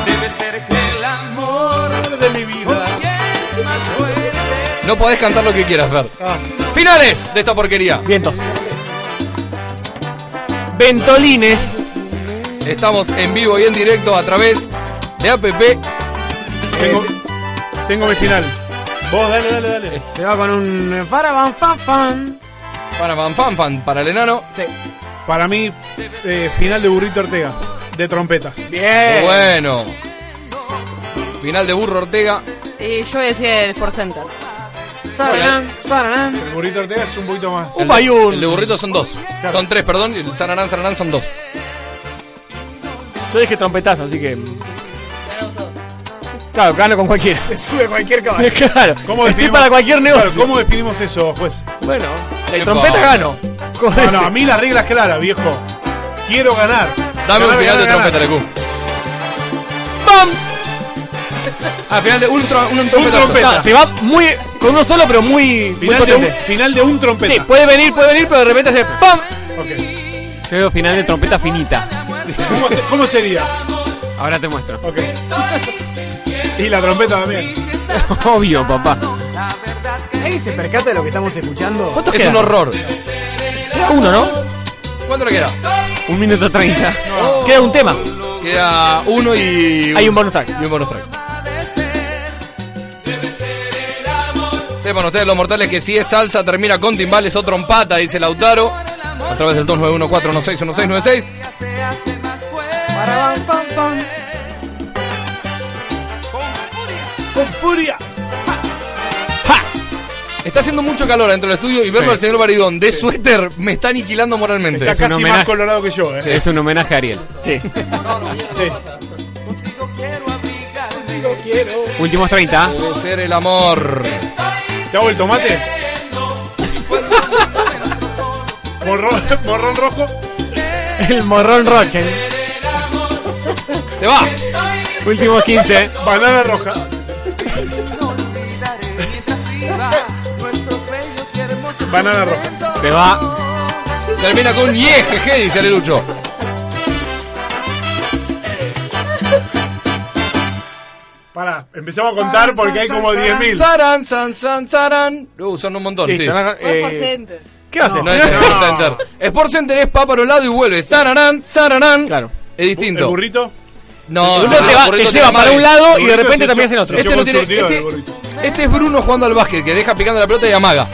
Speaker 12: Debe ser que el amor de mi vida es más fuerte.
Speaker 3: No podés cantar lo que quieras, Fer.
Speaker 7: Ah.
Speaker 3: Finales de esta porquería.
Speaker 4: Vientos. Ventolines.
Speaker 3: Estamos en vivo y en directo a través de APP.
Speaker 8: Tengo, tengo mi final. Eh, Vos, dale, dale, dale.
Speaker 5: Se va con un. Farabam, fan, fan.
Speaker 3: Para Fan Fan Fan, para el enano.
Speaker 8: Para mí, eh, final de Burrito Ortega. De trompetas.
Speaker 4: Eh.
Speaker 3: Muy Bueno. Final de Burro Ortega.
Speaker 6: Eh, yo voy a decir el Sport Center.
Speaker 5: Sararán, sararán.
Speaker 8: El Burrito Ortega es un poquito más.
Speaker 3: El, de- el de burrito son dos. Son tres, perdón. Y el Sanarán, Sanarán son dos.
Speaker 4: Yo dije trompetazo, así que.
Speaker 3: Eh,
Speaker 4: Claro, gano con cualquiera.
Speaker 5: Se (laughs) sube cualquier caballo.
Speaker 4: (laughs) Claro,
Speaker 8: ¿Cómo
Speaker 4: estoy
Speaker 8: definimos-
Speaker 4: para cualquier negocio.
Speaker 8: Claro, ¿Cómo definimos eso, juez?
Speaker 4: Bueno,
Speaker 8: Epa.
Speaker 4: la trompeta gano.
Speaker 8: No, no, a mí las reglas claras, viejo. Quiero ganar.
Speaker 3: Dame un
Speaker 8: Ganar,
Speaker 3: final de
Speaker 8: ganar,
Speaker 3: trompeta,
Speaker 8: ganar.
Speaker 3: Lecu. ¡Bam! Ah, final de un, tro- un, trompetazo.
Speaker 8: trompeta.
Speaker 4: Ah, se va muy con uno solo, pero muy, muy
Speaker 8: Final de, un,
Speaker 4: potente.
Speaker 8: final de un trompeta.
Speaker 4: Sí, puede venir, puede venir, pero de repente hace ¡pam!
Speaker 8: Ok.
Speaker 7: Yo veo final de trompeta finita.
Speaker 4: (laughs)
Speaker 8: ¿Cómo, se- cómo sería?
Speaker 7: Ahora te muestro.
Speaker 8: Y la trompeta también.
Speaker 7: (laughs) Obvio, papá.
Speaker 5: ¿Alguien se percata de lo que estamos escuchando?
Speaker 7: ¿Cuántos Es quedan? un horror.
Speaker 4: Uno, ¿no?
Speaker 3: ¿Cuánto le queda?
Speaker 7: Un minuto treinta.
Speaker 4: Queda un tema.
Speaker 3: Queda uno y.
Speaker 4: Hay un bonus track.
Speaker 3: Y un bonus track. Sepan ustedes los mortales que si es salsa termina con timbales o trompata, dice Lautaro. A través del 2914161696.
Speaker 12: Para, pam, pam, pam.
Speaker 8: Con furia.
Speaker 3: Está haciendo mucho calor dentro del estudio y verlo al señor Baridón de suéter me está aniquilando moralmente.
Speaker 8: Está casi más colorado que yo, ¿eh?
Speaker 7: Es un homenaje a Ariel.
Speaker 4: Sí.
Speaker 8: quiero.
Speaker 7: Últimos 30.
Speaker 3: Debe ser el amor.
Speaker 8: ¿Te hago el tomate? morrón, (laughs) morrón rojo.
Speaker 4: El morrón Rochen.
Speaker 3: Se va.
Speaker 7: Últimos 15.
Speaker 8: Banana roja. Banana roja.
Speaker 7: Se va.
Speaker 3: Termina con ye, jeje, dice Alelucho.
Speaker 8: Pará, empezamos a contar porque hay como 10.000.
Speaker 3: Saran, san, san, saran. Uh, son un montón,
Speaker 4: Listo,
Speaker 3: sí.
Speaker 4: la- eh, ¿Qué haces?
Speaker 8: (laughs)
Speaker 3: No es Sport Center. Sport Center es pa para un lado y vuelve. Sararán, sararán.
Speaker 4: Claro.
Speaker 3: Es
Speaker 8: ¿El
Speaker 3: distinto.
Speaker 8: burrito?
Speaker 3: No,
Speaker 4: Uno
Speaker 3: no,
Speaker 4: te
Speaker 3: el
Speaker 4: va-
Speaker 3: burrito
Speaker 4: te
Speaker 3: te
Speaker 4: lleva
Speaker 3: la
Speaker 4: para
Speaker 3: madre.
Speaker 4: un lado y de
Speaker 8: Burrito
Speaker 4: repente
Speaker 8: se
Speaker 4: también
Speaker 8: echó-
Speaker 4: hacen otro.
Speaker 8: se echó
Speaker 3: Este no
Speaker 8: con
Speaker 3: tiene-
Speaker 8: surtido
Speaker 3: este-
Speaker 8: el burrito.
Speaker 3: Este es Bruno jugando al básquet, que deja picando la pelota y amaga.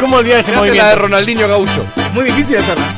Speaker 4: ¿Cómo olvidar ese
Speaker 3: Se hace la de
Speaker 4: movimiento?
Speaker 3: Ronaldinho Gaucho.
Speaker 5: Muy difícil hacerla.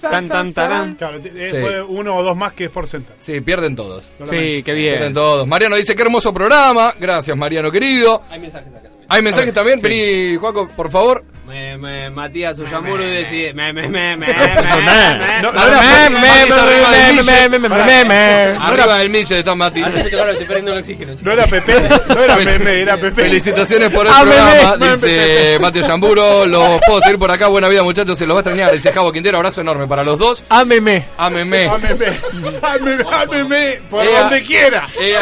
Speaker 7: Tan, tan, tarán.
Speaker 8: Claro, te- eh,
Speaker 3: Sí.
Speaker 8: fue uno o dos más que es por center.
Speaker 3: Sí, pierden todos.
Speaker 7: Sí, qué
Speaker 3: Pierden
Speaker 7: bien.
Speaker 3: todos. Mariano dice, qué hermoso programa. Gracias, Mariano querido.
Speaker 16: Hay mensajes acá.
Speaker 3: Hay mensajes también. Vení, Juaco, por favor.
Speaker 16: Me, me, Matías Uyamuru decide. Me, me, me, me,
Speaker 8: No,
Speaker 16: me.
Speaker 8: no era-
Speaker 4: Me, me, me, me, me, me, me, me, me.
Speaker 3: Arriba del Mille está Mati.
Speaker 16: Hace mucho calor, estoy perdiendo el oxígeno, chicos.
Speaker 8: no era Pepe, no era Pepe, era
Speaker 3: (laughs)
Speaker 8: Pepe. (laughs)
Speaker 3: Felicitaciones por el
Speaker 4: Ah,
Speaker 3: programa,
Speaker 4: (laughs) bebé,
Speaker 3: dice Mateo Yamburo. Los puedo seguir por acá. Buena vida, muchachos. Se los va a extrañar, dice Javo Quintero. Abrazo enorme para los dos.
Speaker 4: Ámeme.
Speaker 3: Ámeme.
Speaker 8: Ámeme, ámeme, ámeme, por
Speaker 3: Ea.
Speaker 8: donde quiera.
Speaker 3: Eh,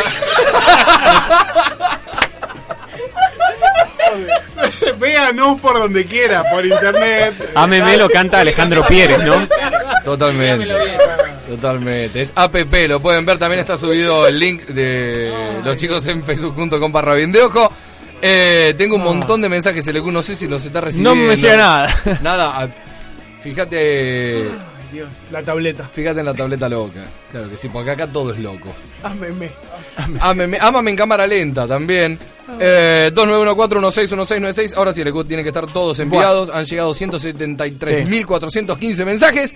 Speaker 8: Véanos por donde quiera, por internet.
Speaker 7: Ameme lo canta Alejandro Pieres, ¿no?
Speaker 3: Totalmente. Totalmente. Es APP. Lo pueden ver. También está subido el link de los chicos en facebook.com barra bien de ojo. Eh, tengo un montón de mensajes. El Ecu no sé si los está recibiendo.
Speaker 4: No me llega nada.
Speaker 3: Nada. ah, Fíjate.
Speaker 8: La tableta.
Speaker 3: Fíjate en la tableta loca. Claro que sí, porque acá todo es loco.
Speaker 5: Ámeme.
Speaker 3: Ámame, ámame en cámara lenta también. Eh, 2914161696. Ahora sí, el EQ tiene que estar todos enviados. Han llegado 173.415 mensajes.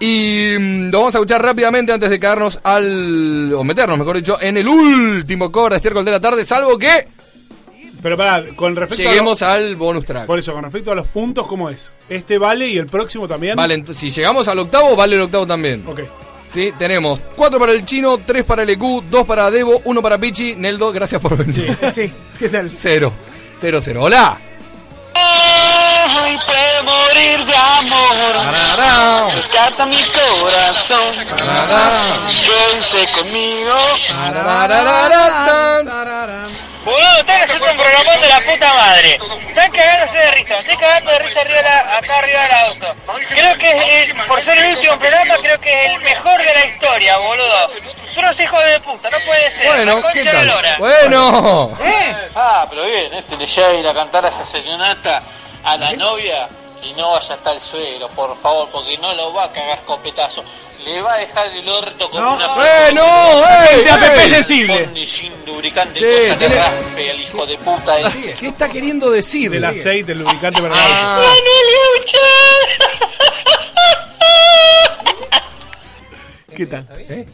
Speaker 3: Y mm, lo vamos a escuchar rápidamente antes de caernos al. o meternos, mejor dicho, en el último cobra de estiércol de la tarde. Salvo que
Speaker 8: Pero pará, con respecto
Speaker 3: lleguemos
Speaker 8: a.
Speaker 3: al bonus
Speaker 8: lo-
Speaker 3: track.
Speaker 8: Por eso, con respecto a los puntos, ¿cómo es? Este vale y el próximo también.
Speaker 3: Vale, ent- si llegamos al octavo, vale el octavo también.
Speaker 11: (laughs)
Speaker 8: Ok.
Speaker 3: Sí, tenemos 4 para el chino, 3 para el EQ, 2 para Debo, 1 para Pichi. Neldo, gracias por venir.
Speaker 5: Sí, ¿qué tal?
Speaker 3: (laughs) Cero. Cero, cero. Hola.
Speaker 15: Hoy puedo morir de amor. Rescata mi corazón. Vente conmigo.
Speaker 9: Boludo, están haciendo un programón de la puta madre. Están cagándose de risa, estoy cagando de risa arriba de la- acá arriba del auto. Creo que es, el- por ser el último programa, creo que es el mejor de la historia, boludo. Son unos hijos de puta, no puede ser.
Speaker 3: Bueno,
Speaker 9: la
Speaker 3: ¿qué
Speaker 9: concha de
Speaker 3: tal?
Speaker 9: la lora.
Speaker 3: Bueno. ¿Eh?
Speaker 9: Ah, pero bien, este le llega a ir a cantar a esa serenata a la novia y no vaya hasta el suelo, por favor, porque no lo va a cagar escopetazo. Le va a dejar el orto con
Speaker 4: Eh,
Speaker 9: una
Speaker 3: Bueno, ey,
Speaker 4: De APP
Speaker 3: ey.
Speaker 4: eh, sensible.
Speaker 9: Ni sin lubricante,
Speaker 3: Che,
Speaker 9: cosa
Speaker 3: tiene-
Speaker 9: que raspe al hijo de
Speaker 4: Ah,
Speaker 9: puta (laughs) ese.
Speaker 3: ¿Qué está queriendo decir?
Speaker 8: Del aceite, el lubricante para la
Speaker 3: Ah.
Speaker 4: ¿Qué tal?
Speaker 3: ¿Eh?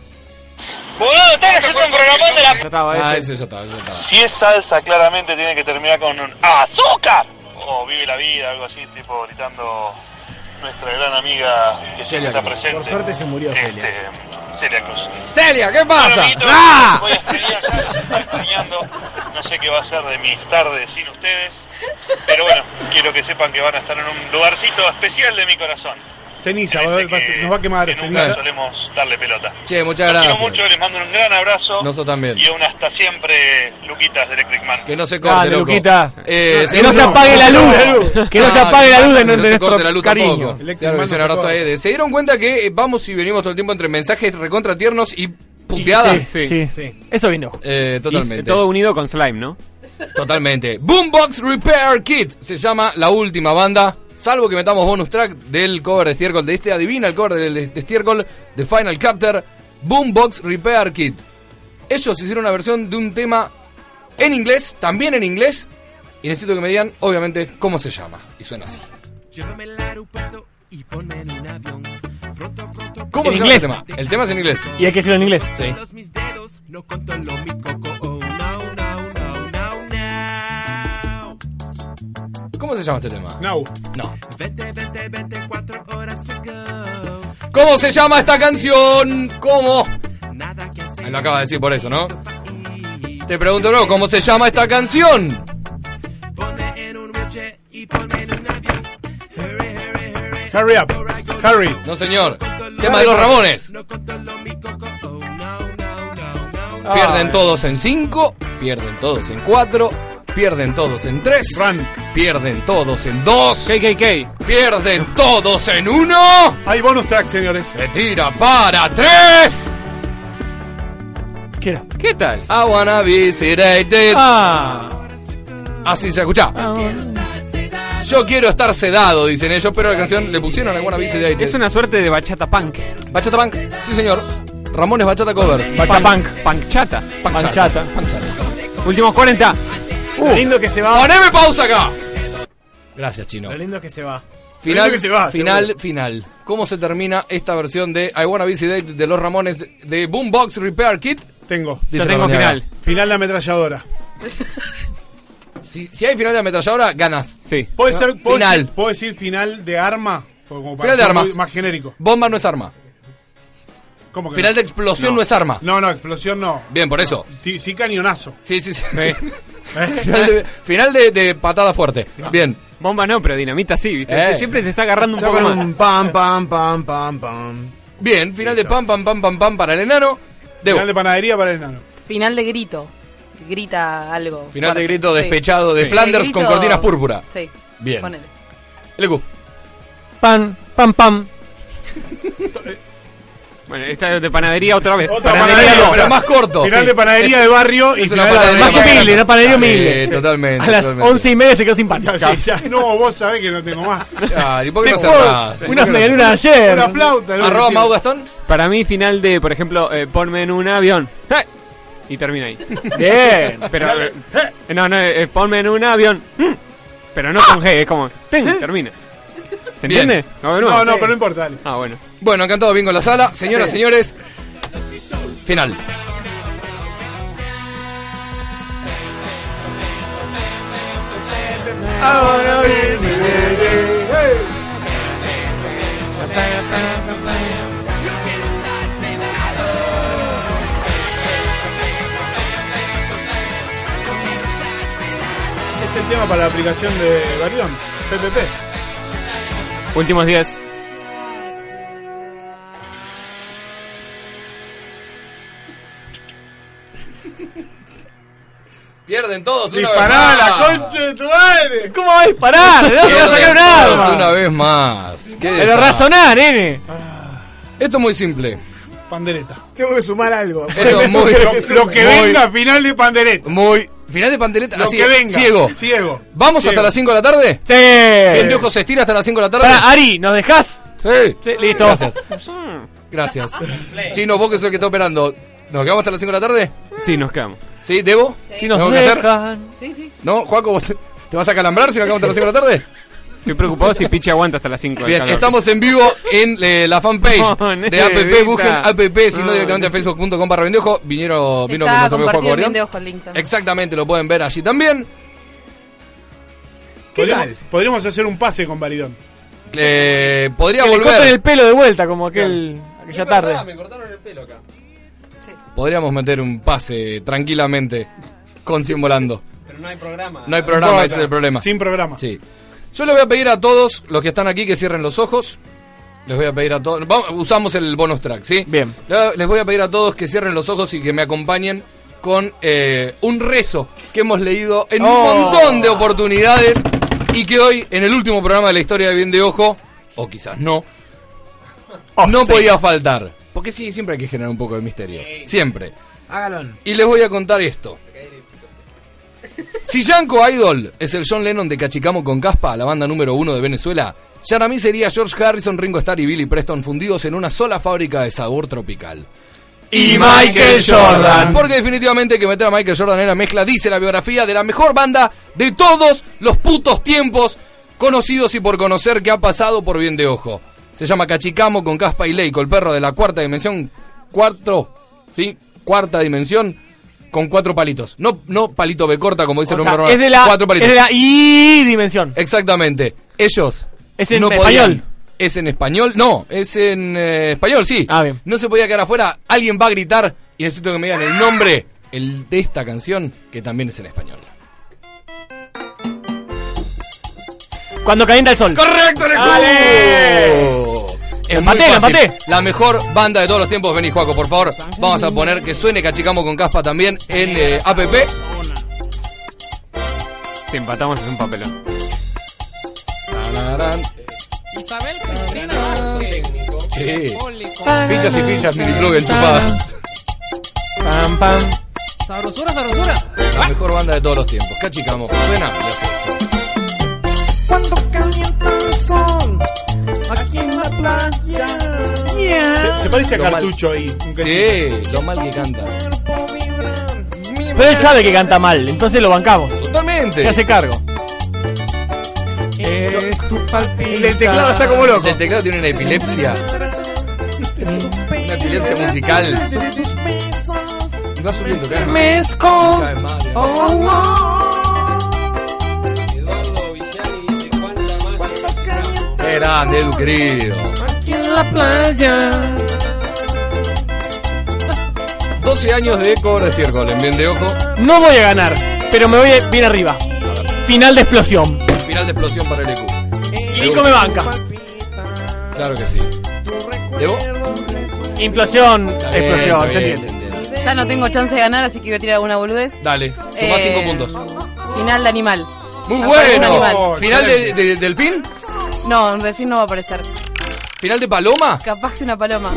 Speaker 9: Boludo, están haciendo un programón de la
Speaker 4: Ya estaba
Speaker 3: Ah,
Speaker 4: ese.
Speaker 3: ese ya estaba, ya estaba.
Speaker 11: Si es salsa, claramente tiene que terminar con un azúcar. O vive la vida, algo así, tipo gritando nuestra gran amiga que siempre
Speaker 3: Celia
Speaker 11: está
Speaker 3: Cruz.
Speaker 11: presente.
Speaker 5: Por suerte se murió Celia.
Speaker 11: Este, Celia Cruz.
Speaker 3: Celia, ¿qué pasa?
Speaker 11: Amiguitos,
Speaker 3: ¡Ah!
Speaker 11: Voy a escribir allá, los estoy extrañando. No sé qué va a ser de mis tardes sin ustedes. Pero bueno, quiero que sepan que van a estar en un lugarcito especial de mi corazón.
Speaker 8: Ceniza,
Speaker 11: en
Speaker 8: va-
Speaker 11: ese
Speaker 8: va-
Speaker 11: que-
Speaker 8: nos va a quemar
Speaker 11: que nunca
Speaker 8: ceniza.
Speaker 11: solemos darle pelota.
Speaker 3: Che, muchas
Speaker 11: Los
Speaker 3: gracias.
Speaker 11: quiero mucho, les mando un gran abrazo.
Speaker 3: Nosotros también.
Speaker 11: Y un hasta siempre, Luquitas de Electric Man.
Speaker 3: Que no se corte,
Speaker 4: Dale,
Speaker 3: loco.
Speaker 4: Luquita.
Speaker 3: Eh,
Speaker 4: que no
Speaker 3: seguimos-
Speaker 4: se apague la
Speaker 3: (laughs)
Speaker 4: luz. Que no se
Speaker 3: Ah,
Speaker 4: apague la luz de
Speaker 3: que no se
Speaker 4: nuestro
Speaker 3: corte la luz
Speaker 4: cariño.
Speaker 3: tampoco. Claro, que sea un abrazo a Ede. ¿Se dieron cuenta que eh, vamos y venimos todo el tiempo entre mensajes recontra tiernos y puteadas?
Speaker 7: Sí, sí.
Speaker 4: Eso vino.
Speaker 3: Eh, totalmente.
Speaker 7: Y todo unido con slime, ¿no?
Speaker 3: Totalmente. Boombox Repair Kit se llama la última banda. Salvo que metamos bonus track del cover de Estiércol, de este adivina el cover del- de, Estiércol, de Final Capter, Boombox Repair Kit. Ellos hicieron una versión de un tema en inglés, también en inglés, y necesito que me digan, obviamente, cómo se llama. Y suena así.
Speaker 12: Llévame al aeropuerto y ponme en un avión.
Speaker 3: ¿Cómo
Speaker 4: En inglés.
Speaker 3: se llama el tema? El tema es en inglés.
Speaker 4: Y hay que decirlo en inglés.
Speaker 3: Sí.
Speaker 12: No controlo mi coco. Oh, no, no, no, no, no.
Speaker 3: ¿Cómo se llama este tema?
Speaker 8: No.
Speaker 3: No.
Speaker 12: Vete, vete, vete, cuatro horas to go.
Speaker 3: ¿Cómo se llama esta canción? ¿Cómo? Me lo acaba de decir por eso, ¿no? Te pregunto luego, ¿cómo se llama esta canción?
Speaker 8: Hurry up. Hurry.
Speaker 3: No, señor. Tema de los Ramones.
Speaker 12: Oh,
Speaker 3: Pierden todos en 5, pierden todos en 4, pierden todos en 3, pierden todos en 2, KKK, pierden todos en 1.
Speaker 8: Hay bonus track, señores.
Speaker 3: Se tira para 3.
Speaker 4: ¿Qué era?
Speaker 3: ¿Qué tal? I wanna be sedated.
Speaker 4: Ah.
Speaker 3: Así se escucha. Yo quiero estar sedado, dicen ellos, pero la canción le pusieron alguna bici de
Speaker 7: (laughs) Es una suerte de bachata punk.
Speaker 3: Bachata punk, sí señor. Ramones bachata cover.
Speaker 7: Bachata punk. Panchata.
Speaker 4: Panchata.
Speaker 7: Últimos 40.
Speaker 5: Lo lindo que se va.
Speaker 3: Poneme pausa acá. Gracias, Chino.
Speaker 5: Lo lindo que se va. Lo
Speaker 3: Final,
Speaker 5: lindo que se va,
Speaker 3: final,
Speaker 5: seguro.
Speaker 3: final. ¿Cómo se termina esta versión de I Wanna Be Sedated de los Ramones de Boombox Repair Kit?
Speaker 8: Tengo.
Speaker 3: Dice Ramoneaga.
Speaker 8: Final la ametralladora.
Speaker 3: Si, si hay final de ametralladora, ganas.
Speaker 7: Sí.
Speaker 8: ¿Puede ser, puedo
Speaker 3: final.
Speaker 8: decir- ¿Puedo decir final de arma? Porque como para
Speaker 3: Final de
Speaker 8: ser
Speaker 3: arma.
Speaker 8: muy- Más genérico.
Speaker 3: Bomba no es arma.
Speaker 8: ¿Cómo que
Speaker 3: Final
Speaker 8: no?
Speaker 3: de explosión no es arma.
Speaker 8: No, no, explosión no.
Speaker 3: Bien, por eso.
Speaker 8: Sí, sí, cañonazo.
Speaker 3: Sí, sí, sí. (laughs)
Speaker 7: Eh,
Speaker 3: Final de, final de- de patada fuerte. Bien.
Speaker 7: Bomba no, pero dinamita sí, ¿viste? Este
Speaker 3: Eh.
Speaker 7: Siempre te está agarrando un
Speaker 5: Ya
Speaker 7: poco
Speaker 5: con
Speaker 7: más.
Speaker 5: un pam, pam, pam, pam, pam.
Speaker 3: Bien, final de pam, pam, pam, pam, pam para el enano. Debo.
Speaker 8: Final de panadería para el enano.
Speaker 6: Final de grito. Grita algo.
Speaker 3: Final de
Speaker 6: fuerte.
Speaker 3: grito
Speaker 6: Sí.
Speaker 3: despechado de
Speaker 6: Sí.
Speaker 3: Flanders
Speaker 6: Grito-
Speaker 3: con cortinas púrpura.
Speaker 6: Sí.
Speaker 3: Bien.
Speaker 6: Ponele.
Speaker 3: LQ.
Speaker 4: Pan, pam, pam.
Speaker 7: Bueno, esta de panadería otra vez.
Speaker 8: Otra
Speaker 4: panadería,
Speaker 7: no,
Speaker 4: pero
Speaker 7: sí.
Speaker 4: más corto,
Speaker 8: Final de panadería de barrio y
Speaker 3: Oh, es una
Speaker 8: final de
Speaker 3: panadería
Speaker 4: Más
Speaker 3: barata.
Speaker 4: humilde, una panadería humilde.
Speaker 3: Eh, totalmente.
Speaker 4: A las
Speaker 3: totalmente.
Speaker 4: once y media se quedó sin pan.
Speaker 8: (laughs) Sí, ya, no, vos sabés que no
Speaker 3: (laughs)
Speaker 8: tengo más.
Speaker 3: Ah, ¿y por qué
Speaker 4: (laughs)
Speaker 8: Te
Speaker 3: no
Speaker 8: puedo-
Speaker 3: cerrás?
Speaker 4: Unas
Speaker 3: ¿Por qué no-
Speaker 4: medialunas ayer.
Speaker 8: Una flauta. ¿no?
Speaker 3: Arroba Mau Gastón.
Speaker 7: Para mí, final de, por ejemplo, eh, ponme en un avión. ¡Eh! Y termina ahí.
Speaker 4: Bien.
Speaker 7: Pero. eh, no, no, eh, ponme en un avión. Mm. Pero no con G, es como. Ten, termina. ¿Se
Speaker 3: Bien.
Speaker 7: entiende? No,
Speaker 8: No, no, pero no importa, dale.
Speaker 7: Ah, bueno.
Speaker 3: Bueno, han cantado bien con la sala. Señoras, señores. Final.
Speaker 8: Es el tema para la aplicación de Barión, PPP.
Speaker 7: Últimos 10.
Speaker 3: Pierden todos una
Speaker 8: Dispará
Speaker 3: vez más.
Speaker 8: la concha de tu madre.
Speaker 4: ¿Cómo va a disparar?
Speaker 7: (laughs)
Speaker 4: ¿De dónde va a sacar
Speaker 3: Pierden
Speaker 4: un arma?
Speaker 3: todos una vez más. Qué
Speaker 4: Pero
Speaker 3: desastre.
Speaker 4: razoná, nene.
Speaker 3: Esto es muy simple.
Speaker 8: Pandereta.
Speaker 5: Tengo que sumar algo.
Speaker 3: Esto es muy.
Speaker 8: (laughs) Lo, lo que
Speaker 3: muy-
Speaker 8: venga, final de pandereta.
Speaker 3: Muy. Final de panteleta.
Speaker 8: Lo
Speaker 3: así,
Speaker 8: que venga.
Speaker 3: Ciego.
Speaker 8: Ciego.
Speaker 3: ¿Vamos
Speaker 8: Ciego.
Speaker 3: hasta las 5 de la tarde?
Speaker 4: Sí.
Speaker 3: ¿Bien de ojos se estira hasta las 5 de la tarde?
Speaker 4: Pará, Ari, ¿nos dejás?
Speaker 3: Sí.
Speaker 4: Sí, listo.
Speaker 3: Gracias.
Speaker 4: Mm.
Speaker 3: Gracias. Chino, vos que sos el que está operando. ¿Nos quedamos hasta las 5 de la tarde?
Speaker 7: Sí, nos quedamos.
Speaker 3: ¿Sí? ¿Debo?
Speaker 4: Si nos
Speaker 3: ¿Tengo que hacer?
Speaker 4: dejan.
Speaker 6: Sí, sí.
Speaker 3: ¿No? Juaco, ¿vos te, te vas a calambrar si nos quedamos hasta las 5 de la tarde?
Speaker 7: Estoy preocupado si Pichi aguanta hasta las 5
Speaker 3: Bien, estamos en vivo en eh, la fanpage
Speaker 4: (laughs)
Speaker 7: No,
Speaker 3: de APP.
Speaker 7: nenita.
Speaker 3: Busquen APP, si no
Speaker 7: No,
Speaker 3: directamente a facebook.com barra vendeojo. Vinieron, vino nuestro amigo
Speaker 6: Está
Speaker 3: Juaco
Speaker 6: compartido bien
Speaker 3: Gordián.
Speaker 6: de ojo el link también.
Speaker 3: Exactamente, lo pueden ver allí también.
Speaker 5: ¿Qué
Speaker 8: Podríamos,
Speaker 5: tal?
Speaker 8: podríamos hacer un pase con Baridón.
Speaker 3: Eh, podría
Speaker 4: Que le corten
Speaker 3: volver.
Speaker 4: el pelo de vuelta, como aquel, aquella tarde.
Speaker 16: cortaron el pelo acá.
Speaker 3: Podríamos meter un pase tranquilamente con 100 volando.
Speaker 16: Pero no hay programa.
Speaker 3: No hay programa, ese es el problema.
Speaker 8: Sin programa.
Speaker 3: Sí. Yo le voy a pedir a todos los que están aquí que cierren los ojos. Les voy a pedir a todos. vamos- usamos el bonus track, ¿sí? Bien. Les voy a pedir a todos que cierren los ojos y que me acompañen con eh, un rezo que hemos leído en un
Speaker 12: Oh.
Speaker 3: montón de oportunidades y que hoy, en el último programa de la historia de Bien de Ojo, o quizás no, no podía faltar. Porque sí, siempre hay que generar un poco de misterio. Siempre.
Speaker 5: Hágalo.
Speaker 3: Y les voy a contar esto. Si Yanko Idol es el John Lennon de Cachicamo con Caspa, la banda número uno de Venezuela, Yaramí sería George Harrison, Ringo Starr y Billy Preston fundidos en una sola fábrica de sabor tropical.
Speaker 12: Y Michael Jordan.
Speaker 3: Porque definitivamente que meter a Michael Jordan en la mezcla dice la biografía de la mejor banda de todos los putos tiempos conocidos y por conocer que ha pasado por bien de ojo. Se llama Cachicamo con Caspa y Leico, el perro de la cuarta dimensión. Cuarto, ¿sí? Cuarta dimensión con cuatro palitos. No, no palito B corta como dice
Speaker 4: O
Speaker 3: el
Speaker 4: sea,
Speaker 3: hombre normal.
Speaker 4: es de la-
Speaker 3: cuatro palitos.
Speaker 4: es de la
Speaker 3: I dimensión. Exactamente. Ellos.
Speaker 4: Es en
Speaker 3: no
Speaker 4: español.
Speaker 3: Es en español. No, es en eh, español, sí.
Speaker 4: Ah,
Speaker 3: No se podía quedar afuera. Alguien va a gritar y necesito que me digan el nombre el de esta canción que también es en español.
Speaker 4: Cuando calienta el sol.
Speaker 3: ¡Correcto, Es muy
Speaker 4: Empaté, la
Speaker 3: fácil.
Speaker 4: empaté.
Speaker 3: La mejor banda de todos los tiempos. Vení, Juaco, por favor. Vamos a poner que suene Cachicamo con Caspa también en eh, APP.
Speaker 7: Si empatamos es un papelón.
Speaker 12: Isabel Cristina técnico.
Speaker 3: Sí. Pinchas y pinchas, mini plug enchupadas. Pam, pam.
Speaker 12: Sabrosura, sabrosura.
Speaker 3: La mejor banda de todos los tiempos. Cachicamo. Suena. y hace esto.
Speaker 12: Cuando calienta el sol aquí en la playa.
Speaker 8: Se, se parece a
Speaker 3: Lo mal-
Speaker 8: Cartucho ahí.
Speaker 3: Sí, lo mal que canta.
Speaker 4: Pero él sabe que canta mal, entonces lo bancamos.
Speaker 3: Totalmente.
Speaker 4: Se hace cargo.
Speaker 12: Eres tu palpita.
Speaker 3: El del teclado está como loco. El del teclado tiene una (laughs) epilepsia. Una epilepsia musical.
Speaker 12: Son tus
Speaker 3: Y va subiendo,
Speaker 12: besos.
Speaker 3: claro.
Speaker 12: Mezco. Oh,
Speaker 3: Qué grande, Edu querido.
Speaker 12: Aquí en la playa.
Speaker 3: 12 años de cobro de estiércol en bien de ojo.
Speaker 4: No voy a ganar, pero me voy bien arriba. Final de explosión.
Speaker 3: Final de explosión para el EQ.
Speaker 4: Y come banca.
Speaker 3: Claro que sí. ¿Debo?
Speaker 4: Implosión,
Speaker 3: Está bien,
Speaker 4: explosión,
Speaker 3: está
Speaker 4: se
Speaker 3: bien,
Speaker 4: entiende.
Speaker 6: Ya no tengo chance de ganar, así que voy a tirar alguna boludez.
Speaker 3: Dale, sumás
Speaker 6: Eh,
Speaker 3: 5 puntos.
Speaker 6: Final de animal.
Speaker 3: Muy
Speaker 6: Aparece un
Speaker 3: bueno.
Speaker 6: animal.
Speaker 3: Final de, de- del pin.
Speaker 6: No, un delfín no va a aparecer.
Speaker 3: Final de paloma.
Speaker 6: Capaz que una paloma.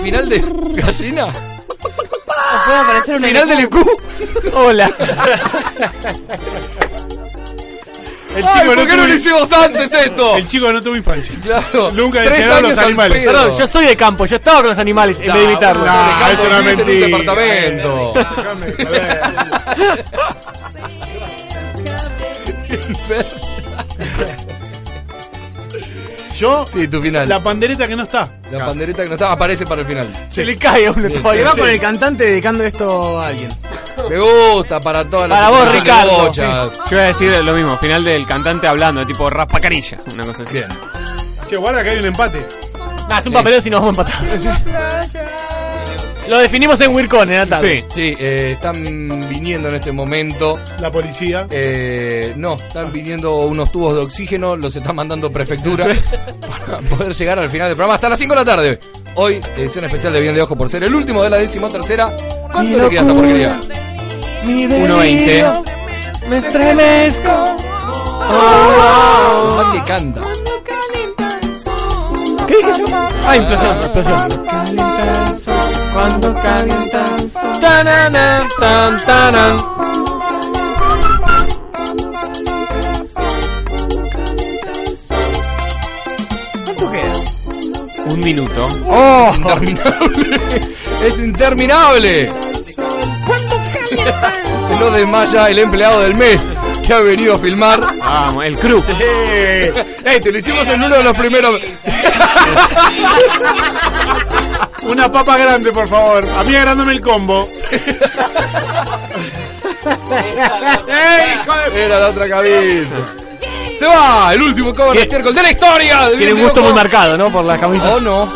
Speaker 3: Final de gallina.
Speaker 6: O puede aparecer un
Speaker 3: Final del
Speaker 6: elefante.
Speaker 3: EQ.
Speaker 4: Hola.
Speaker 8: El
Speaker 3: Ay, ¿por qué no
Speaker 8: tuvo-
Speaker 3: lo hicimos antes esto?
Speaker 8: El chico no tuvo infancia.
Speaker 3: Claro.
Speaker 8: Nunca
Speaker 4: Tres
Speaker 8: desearon los
Speaker 4: años al
Speaker 8: animales.
Speaker 4: pedo. Perdón, yo soy de campo, yo estaba con los animales en vez de evitarlos.
Speaker 8: Ah, eso no es
Speaker 3: en un
Speaker 8: mentira.
Speaker 3: departamento.
Speaker 8: Yo,
Speaker 3: sí, tu final.
Speaker 8: la pandereta que no está.
Speaker 3: La pandereta que no está aparece para el final.
Speaker 8: Se le cae a uno
Speaker 3: Sí,
Speaker 8: todavía.
Speaker 5: Se va
Speaker 8: Sí.
Speaker 5: con el cantante dedicando esto a alguien.
Speaker 3: Me gusta para todas las
Speaker 5: Para vos,
Speaker 3: personas que
Speaker 5: Ricardo.
Speaker 3: bochan.
Speaker 7: Yo iba a decir lo mismo, final del cantante hablando, tipo raspacanilla, una cosa así.
Speaker 8: Che, guarda que hay un empate.
Speaker 4: Nah, es un papelón si nos vamos a empatar. Lo definimos en Wircon, en la tarde.
Speaker 3: Sí, sí eh, están viniendo en este momento.
Speaker 8: La policía.
Speaker 3: Eh, no, están viniendo unos tubos de oxígeno, los están mandando prefectura para poder llegar al final del programa. Hasta las 5 de la tarde. Hoy, edición especial de Bien de Ojo por ser el último de la decimotercera. ¿Cuánto
Speaker 12: Mi
Speaker 3: le queda a esta
Speaker 12: locura.
Speaker 3: porquería?
Speaker 12: Mi
Speaker 3: 1.20.
Speaker 12: delirio, Me estremezco.
Speaker 4: Oh,
Speaker 3: Lo mal que canta.
Speaker 12: ¿Qué dije yo?
Speaker 4: Ah, implosión, implosión.
Speaker 12: Calienta el sol, cuando calienta el sol. Tananan, tan, tanan.
Speaker 5: ¿Cuánto queda?
Speaker 7: Un minuto.
Speaker 3: ¡Oh! Es interminable. es interminable. (laughs) Se lo desmaya el empleado del mes que ha venido a filmar.
Speaker 7: Vamos, el crew.
Speaker 3: (laughs) Ey, te lo hicimos en uno de los primeros. (laughs)
Speaker 8: Una papa grande, por favor. A mí agrándame el combo.
Speaker 3: Era la otra cabina. Se va el último cover de estiércol de la historia. de
Speaker 4: Tiene un
Speaker 3: Bien
Speaker 4: gusto
Speaker 3: Loco.
Speaker 4: muy marcado, ¿no? Por la camisa.
Speaker 3: Oh, no.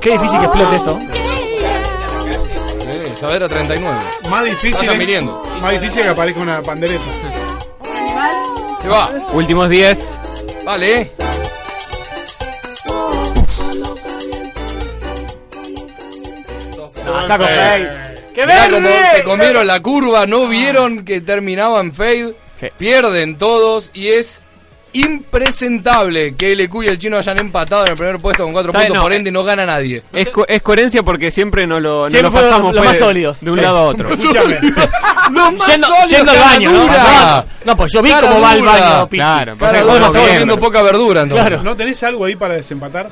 Speaker 4: Qué difícil que explote esto.
Speaker 3: Sí. Saavedra 39.
Speaker 8: Más difícil,
Speaker 3: Vayan
Speaker 8: es-
Speaker 3: viniendo.
Speaker 8: más difícil que aparezca una pandereta.
Speaker 3: Se va.
Speaker 7: Últimos 10.
Speaker 3: Vale.
Speaker 4: Ah,
Speaker 3: eh.
Speaker 4: saco
Speaker 3: (laughs)
Speaker 4: fade. ¡Qué verde!
Speaker 3: Se comieron la curva, no vieron que terminaba en fade. Pierden todos y es impresentable que LQ y el chino hayan empatado en el primer puesto con cuatro
Speaker 7: Está bien,
Speaker 3: puntos.
Speaker 7: no.
Speaker 4: eh.
Speaker 3: Por ende, no gana nadie.
Speaker 7: Es, co- es coherencia porque siempre no lo, no
Speaker 3: Siempre
Speaker 7: lo
Speaker 3: los-
Speaker 7: pasamos
Speaker 3: los
Speaker 7: fue
Speaker 3: más
Speaker 7: de-
Speaker 3: sólidos.
Speaker 7: De un
Speaker 3: Sí.
Speaker 7: lado a otro.
Speaker 3: (laughs) No más
Speaker 4: Yendo-
Speaker 3: sólido,
Speaker 4: yendo al
Speaker 3: cara
Speaker 4: baño, ¿no?
Speaker 3: dura.
Speaker 4: Pasando. No, pues yo vi
Speaker 3: Cara
Speaker 4: cómo va al
Speaker 3: dura. pues
Speaker 4: baño, Pichi.
Speaker 7: Claro,
Speaker 4: pasa
Speaker 3: Cara
Speaker 4: que
Speaker 3: dura,
Speaker 4: vos no
Speaker 3: estamos
Speaker 4: sabés.
Speaker 3: viendo poca verdura entonces.
Speaker 4: Claro.
Speaker 8: ¿No tenés algo ahí para desempatar?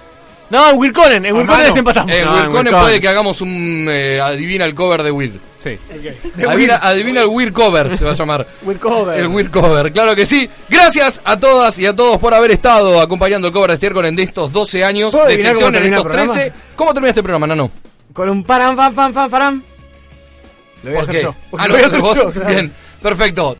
Speaker 4: No, en Wilconen, en
Speaker 8: A
Speaker 4: Wilconen
Speaker 8: mano.
Speaker 4: desempatamos.
Speaker 3: Eh,
Speaker 4: No, en
Speaker 3: Wilconen
Speaker 4: Wilconen.
Speaker 3: puede que hagamos un eh, adivina el cover de Will.
Speaker 7: Sí.
Speaker 3: Adivina, adivina el Weird Cover, se va a llamar.
Speaker 4: Weird Cover.
Speaker 3: El Weird Cover, claro que sí. Gracias a todas y a todos por haber estado acompañando el cover de Estiércol en de estos 12 años
Speaker 4: ¿Puedo
Speaker 3: de
Speaker 4: adivinar
Speaker 3: sección,
Speaker 4: cómo
Speaker 3: en
Speaker 4: termina
Speaker 3: estos
Speaker 4: el programa?
Speaker 3: 13. ¿Cómo termina este programa, Nano?
Speaker 5: Con un param, pam, pam, pam, param. Lo voy a
Speaker 3: ¿Por
Speaker 5: hacer
Speaker 3: qué?
Speaker 5: yo.
Speaker 3: Ah,
Speaker 5: Lo
Speaker 3: lo
Speaker 5: voy a
Speaker 3: haces
Speaker 5: hacer
Speaker 3: vos.
Speaker 5: yo, claro.
Speaker 3: Bien, perfecto.